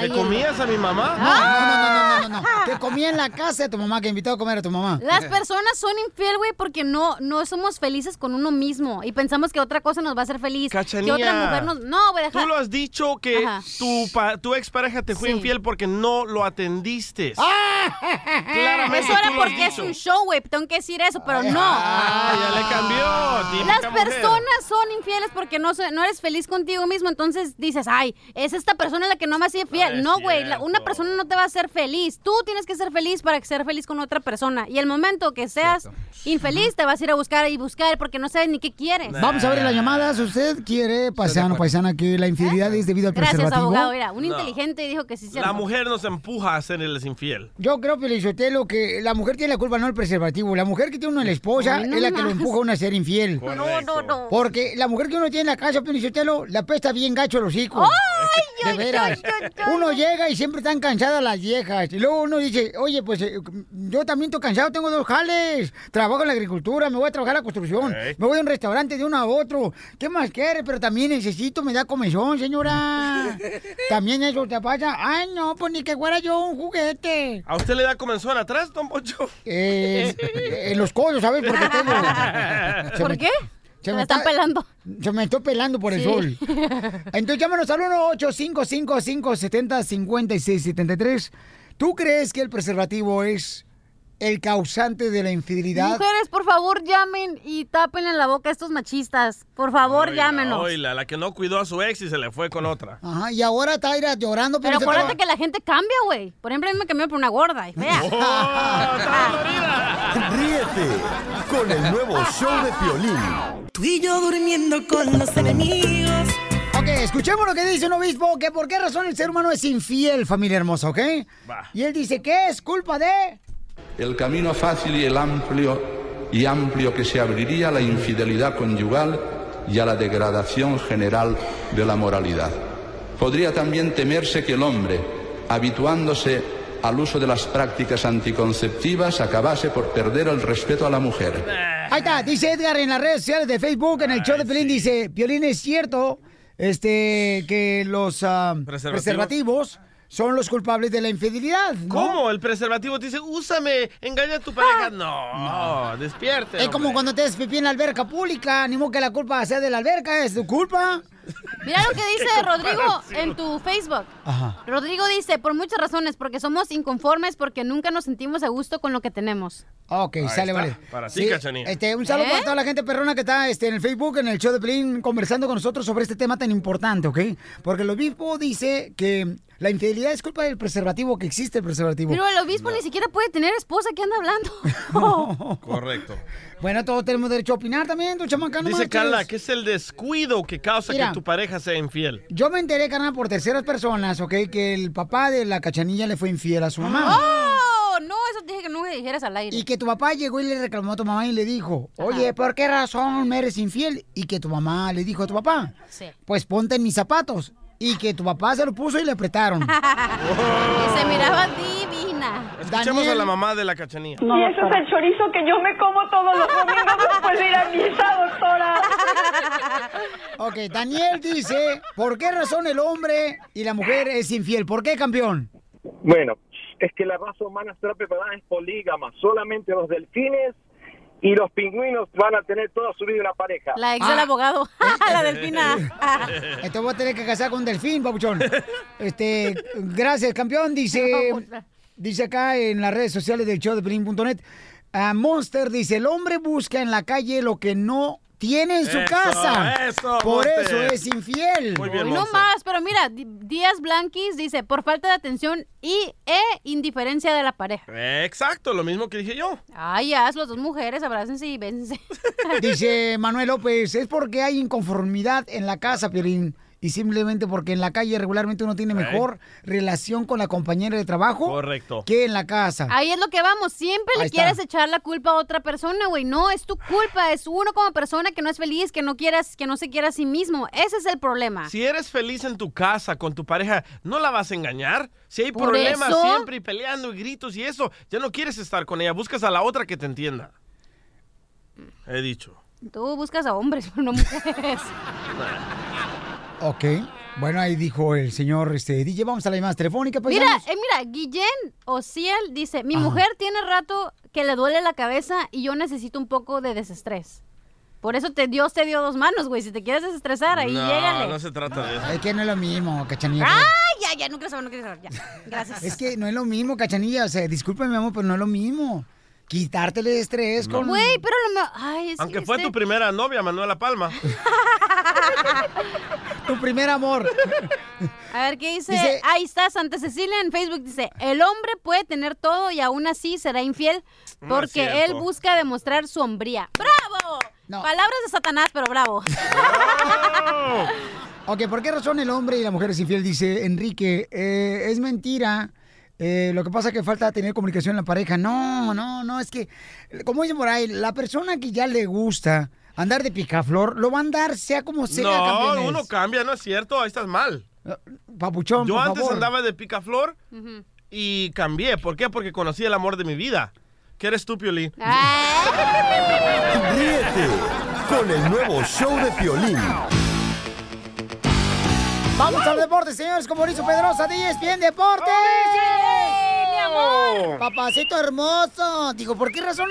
¿Te comías a mi mamá?
No, no, no, no, no, no, no. Que comí en la casa de tu mamá, que invitó a comer a tu mamá.
Ah. Las personas son infiel, güey, porque no, no somos felices con uno mismo y pensamos que otra cosa nos va a hacer feliz.
Cachanilla,
Que otra mujer nos... No, güey, deja...
Tú lo has dicho que
Ajá.
tu, pa- tu expareja te fue infiel porque no lo atendiste.
Ah.
Claramente
Ah. Eso era
tú lo has
porque es
dicho.
un show, güey. Tengo que decir eso, pero no.
Ah, ya le cambió.
Las
típica mujer.
personas son infieles porque no, se- no eres feliz contigo mismo, entonces dices, ay, es esta persona la que no me hace fiel. No, güey, la- una persona no te va a hacer feliz. Tú tienes que ser feliz para ser feliz con otra persona. Y el momento que seas infeliz, te vas a ir a buscar y buscar porque no sabes ni qué quieres.
Vamos a ver las llamadas. ¿Usted quiere, paisano, paisana, que la infidelidad es debido al
Gracias,
preservativo?
abogado. Mira, un
No.
inteligente dijo que sí se
La
armó.
mujer nos empuja a serles infiel.
Yo creo, Pelizotelo, que la mujer tiene la culpa, no el preservativo. La mujer que tiene uno en la esposa
Ay, no
es la que lo
más.
empuja a uno a ser infiel.
No, no, no.
Porque la mujer que uno tiene en la casa, Pelizotelo, la pesta bien gacho los hijos.
¡Ay,
De veras. Uno llega y siempre están cansadas las viejas. Y luego uno dice, oye, pues eh, yo también estoy cansado, tengo dos jales. Trabajo en la agricultura, me voy a trabajar en la construcción. Me voy a un restaurante de uno a otro. ¿Qué más quiere? Pero también necesito, me da comezón, señora. también eso te pasa. Ay, no, pues ni que fuera yo un juguete.
¿A usted le da comenzón atrás, Don Poncho?
Eh, en los codos, ¿sabes? Porque tengo... se
¿Por
me-
qué? Se me están pelando.
Se me estoy pelando por el
Sí.
sol. Entonces llámanos al 1-855-570-5673. ¿Tú crees que el preservativo es el causante de la infidelidad?
Mujeres, por favor, llamen y tápenle la boca a estos machistas. Por favor,
Oíla,
llámenos.
oíla, la que no cuidó a su ex y se le fue con otra.
Ajá, y ahora está Ira, llorando. "Ah".
Pero
se
acuérdate
estaba-
que la gente cambia, güey. Por ejemplo, a mí me cambió por una gorda y fea.
Oh,
Ríete con el nuevo show de Piolín.
Tú y yo durmiendo con los enemigos. Ok, escuchemos lo que dice un obispo, que por qué razón el ser humano es infiel, familia hermosa, ¿ok? Y él dice que es culpa de...
El camino fácil y el amplio y amplio que se abriría a la infidelidad conyugal y a la degradación general de la moralidad. Podría también temerse que el hombre, habituándose al uso de las prácticas anticonceptivas, acabase por perder el respeto a la mujer.
Ahí está, dice Edgar en las redes sociales de Facebook, en el show de Piolín, dice, Piolín, es cierto este, que los ah,
Preservativos.
¿Preservativos? son los culpables de la infidelidad, ¿no?
¿Cómo? El preservativo te dice, úsame, engaña a tu pareja. No, no, despierte.
Es
este
como
hombre.
cuando te des pipí en la alberca pública, ni modo que la culpa sea de la alberca, es tu culpa.
Mira lo que dice Rodrigo en tu Facebook. Rodrigo dice, por muchas razones, porque somos inconformes, porque nunca nos sentimos a gusto con lo que tenemos.
Ah, Ok,
Ahí
sale,
está.
vale.
Para ti, Cachanilla.
Este, un saludo
¿Eh?
para toda la gente perrona que está este, en el Facebook, en el show de Pelín, conversando con nosotros sobre este tema tan importante, ¿ok? Porque el obispo dice que la infidelidad es culpa del preservativo, que existe el preservativo.
Pero el obispo ni siquiera puede tener esposa que anda hablando.
Correcto.
Bueno, todos tenemos derecho a opinar también, tu chamaca, no
Dice
marches.
Carla que es el descuido que causa
Mira.
que tu pareja sea infiel.
Yo me enteré, carnal, por terceras personas, ¿ok? Que el papá de la cachanilla le fue infiel a su mamá.
¡Oh! No, eso te dije que nunca dijeras al aire.
Y que tu papá llegó y le reclamó a tu mamá y le dijo, oye, ¿por qué razón me eres infiel? Y que tu mamá le dijo a tu papá,
Sí.
pues ponte en mis zapatos. Y que tu papá se lo puso y le apretaron.
Y se miraba divina.
Escuchemos a la mamá de la cachanilla.
y ese es el chorizo que yo me como todos los domingos después de ir a misa, doctora.
Ok, Daniel dice, ¿por qué razón el hombre y la mujer es infiel? ¿Por qué, campeón?
Bueno, es que la raza humana está preparada es polígama. Solamente los delfines y los pingüinos van a tener toda su vida una pareja.
La ex
Ah.
del abogado,
Eh,
la delfina.
Esto eh, voy a tener que casar con Delfín, papuchón. Este, gracias, campeón. Dice, dice acá en las redes sociales del show de Pelín.net. A ah, Monster dice, el hombre busca en la calle lo que no tiene en su
Eso,
casa.
eso,
Por
Monster.
eso es infiel.
Hoy no más, pero mira, Di- Díaz Blanquis dice, por falta de atención y e indiferencia de la pareja.
Eh, Exacto, lo mismo que dije yo.
Ay, ya, las dos mujeres, abrácense y vénse.
Dice Manuel López, es porque hay inconformidad en la casa, Piolín. Y simplemente porque en la calle regularmente uno tiene mejor relación con la compañera de trabajo
Correcto.
que en la casa.
Ahí es lo que vamos, siempre
Ahí
le
está.
quieres echar la culpa a otra persona, güey. No, es tu culpa, es uno como persona que no es feliz, que no quieras, que no se quiera a sí mismo. Ese es el
Ah.
problema.
Si eres feliz en tu casa con tu pareja, ¿no la vas a engañar? Si hay
Por
problemas
eso-
siempre y peleando y gritos y eso, ya no quieres estar con ella, buscas a la otra que te entienda. He dicho.
Tú buscas a hombres, pero no mujeres.
Ok. Bueno, ahí dijo el señor este, DJ. Vamos a la llamada telefónica,
Mira,
paisanos.
eh, mira, Guillén Ociel dice, mi mujer tiene rato que le duele la cabeza y yo necesito un poco de desestrés. Por eso te, Dios te dio dos manos, güey. Si te quieres desestresar, ahí llégale.
no se trata de eso.
Es que no es lo mismo, cachanilla.
¡Ay, ya, ya! No quiero saber, no quiero saber. Ya, Ah, gracias.
Es que no es lo mismo, cachanilla. O sea, discúlpame, mi amor, pero no es lo mismo. Quitarte el estrés con.
Güey, pero lo me- Ay, es
Aunque
que
fue
este-
tu primera novia, Manuela Palma.
Tu primer amor.
A ver, ¿qué dice?
Dice-
Ahí está, Santa Cecilia en Facebook dice, el hombre puede tener todo y aún así será infiel
No es
porque él
cierto.
busca demostrar su hombría. ¡Bravo! Palabras de Satanás, pero bravo.
Ok, ¿por qué razón el hombre y la mujer es infiel? Dice Enrique, eh, es mentira. Eh, lo que pasa es que falta tener comunicación en la pareja. No, no, no, es que, como dicen por ahí, la persona que ya le gusta andar de picaflor, lo va a andar sea como sea,
no,
campeones.
uno cambia, no es cierto, ahí estás mal.
Papuchón,
Yo
por
antes
favor.
andaba de picaflor y cambié. ¿Por qué? Porque conocí el amor de mi vida. Que eres tú, Piolín.
Ríete con el nuevo show de Piolín.
Vamos al deporte, señores, como lo hizo Pedrosa E Díez, bien deporte. mi amor. Papacito hermoso. Digo, ¿por qué razón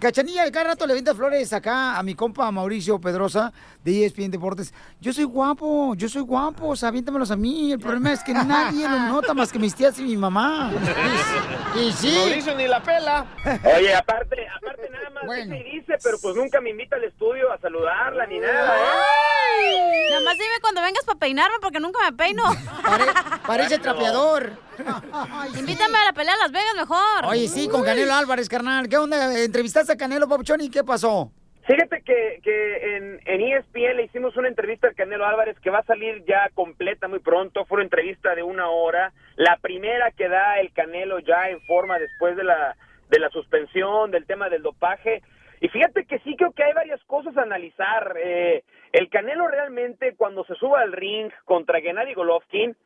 Cachanilla cada rato le venta flores acá a mi compa Mauricio Pedrosa de E ESPN Deportes? Yo soy guapo, yo soy guapo, o sea, aviéntamelos a mí. El problema es que nadie lo nota más que mis tías y mi mamá. Ah, Y sí.
Mauricio ni la pela.
Oye, aparte, aparte nada más dice y dice, pero pues nunca me invita al estudio a saludarla ni nada, ¿eh?
Nada más dime cuando vengas para peinarme porque nunca me peino.
parece trapeador.
Invítame a la pelea a Las Vegas mejor.
Oye, sí, con
Uy.
Canelo Álvarez, carnal. ¿Qué onda? ¿Entrevistaste a Canelo, Papuchón, y qué pasó?
Fíjate que, que en, en E ESPN le hicimos una entrevista al Canelo Álvarez que va a salir ya completa muy pronto. Fue una entrevista de una hora. La primera que da el Canelo ya en forma después de la, de la suspensión, del tema del dopaje. Y fíjate que sí creo que hay varias cosas a analizar. Eh, el Canelo realmente cuando se suba al ring contra Gennady Golovkin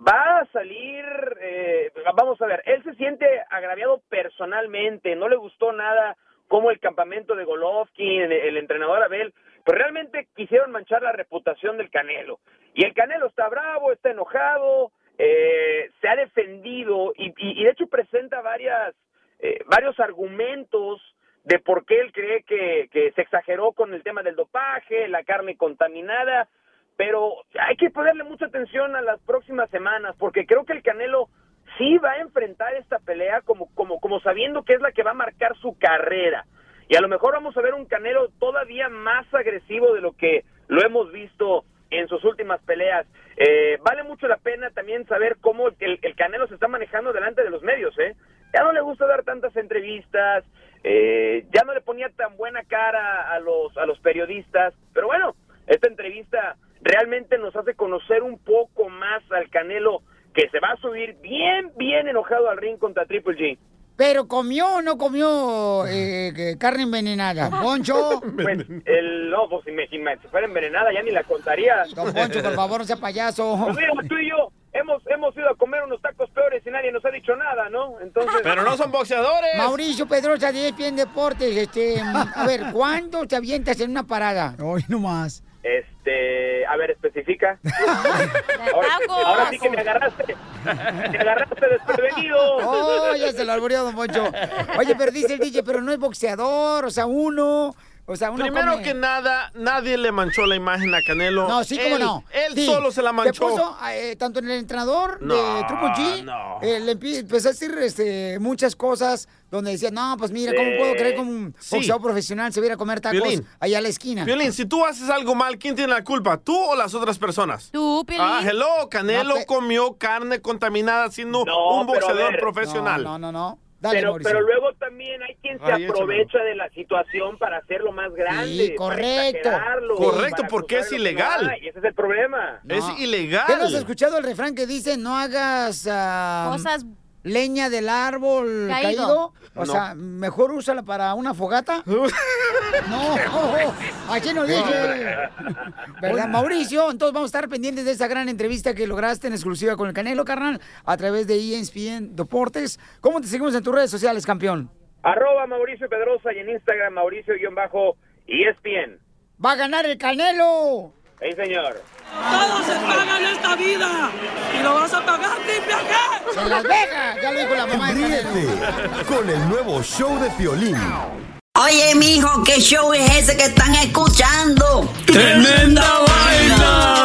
va a salir, eh, vamos a ver, él se siente agraviado personalmente, no le gustó nada como el campamento de Golovkin, el, el entrenador Abel, pero realmente quisieron manchar la reputación del Canelo. Y el Canelo está bravo, está enojado, eh, se ha defendido y, y- y de hecho presenta varias, eh, varios argumentos de por qué él cree que, que se exageró con el tema del dopaje, la carne contaminada, pero hay que ponerle mucha atención a las próximas semanas, porque creo que el Canelo sí va a enfrentar esta pelea como, como, como sabiendo que es la que va a marcar su carrera. Y a lo mejor vamos a ver un Canelo todavía más agresivo de lo que lo hemos visto en sus últimas peleas. Eh, vale mucho la pena también saber cómo el, el Canelo se está manejando delante de los medios, ¿eh? Ya no le gusta dar tantas entrevistas, eh, ya no le ponía tan buena cara a los, a los periodistas, pero bueno, esta entrevista realmente nos hace conocer un poco más al Canelo que se va a subir bien, bien enojado al ring contra Triple G.
Pero comió o no comió eh, que- carne envenenada. Poncho.
Pues, el no, pues, imagínate, si fuera envenenada ya ni la contaría.
Don Poncho, por favor, no sea payaso.
Pues mira, tú y yo hemos, hemos ido a comer unos tacos peores y nadie nos ha dicho nada, ¿no? Entonces...
Pero no son boxeadores.
Mauricio Pedrosa de E ESPN Deportes, este, a ver, ¿cuándo te avientas en una parada? Hoy nomás.
Este, a ver, especifica. ahora, ahora sí que me agarraste. Me agarraste desprevenido.
Oh, ya se lo alboreó, don Poncho. Oye, pero dice el DJ, pero no es boxeador, o sea, uno, o sea, uno
Primero
come-
que nada, nadie le manchó la imagen a Canelo.
No, sí, cómo
Él-
no.
Él
Sí,
solo se la manchó.
Te puso, eh, tanto en el entrenador de
No,
Triple G,
no.
eh, le empie- empezó a decir este, muchas cosas donde decía, no, pues mira, ¿cómo
Eh,
puedo creer que un
sí.
boxeador profesional se viera a comer tacos
Piolín.
allá a la esquina?
Piolín, si tú haces algo mal, ¿quién tiene la culpa? ¿Tú o las otras personas?
Tú, Piolín.
Ah, hello, Canelo
No te-
comió carne contaminada siendo
No,
un
pero a
boxeador
ver.
profesional.
No,
no, no.
pero, pero luego también hay quien se
Ay, échame.
aprovecha de la situación para hacerlo más grande.
Sí,
para
correcto.
exagerarlo,
Correcto,
para
porque es
acusarlo de
ilegal.
nada, Y ese es el problema.
Es
¿Qué no has
ilegal.
escuchado el refrán que dice, no hagas ah,
Cosas-
leña del árbol
Caído.
caído? O
No.
sea, mejor úsala para una fogata. no, aquí no dice. ¿Verdad, Mauricio? Entonces vamos a estar pendientes de esa gran entrevista que lograste en exclusiva con el Canelo, carnal, a través de E ESPN Deportes. ¿Cómo te seguimos en tus redes sociales, campeón?
Arroba Mauricio Pedrosa y en Instagram Mauricio-ESPN.
¡Va a ganar el Canelo!
Hey, señor.
¡Todo se paga en esta vida! ¡Y lo vas a pagar, triple ¡En Las Vegas! Ya lo dijo la mamá de Canelo.
Ríete con el nuevo show de Piolín.
Oye, mijo, ¿qué show es ese que están escuchando?
¡Tremenda vaina!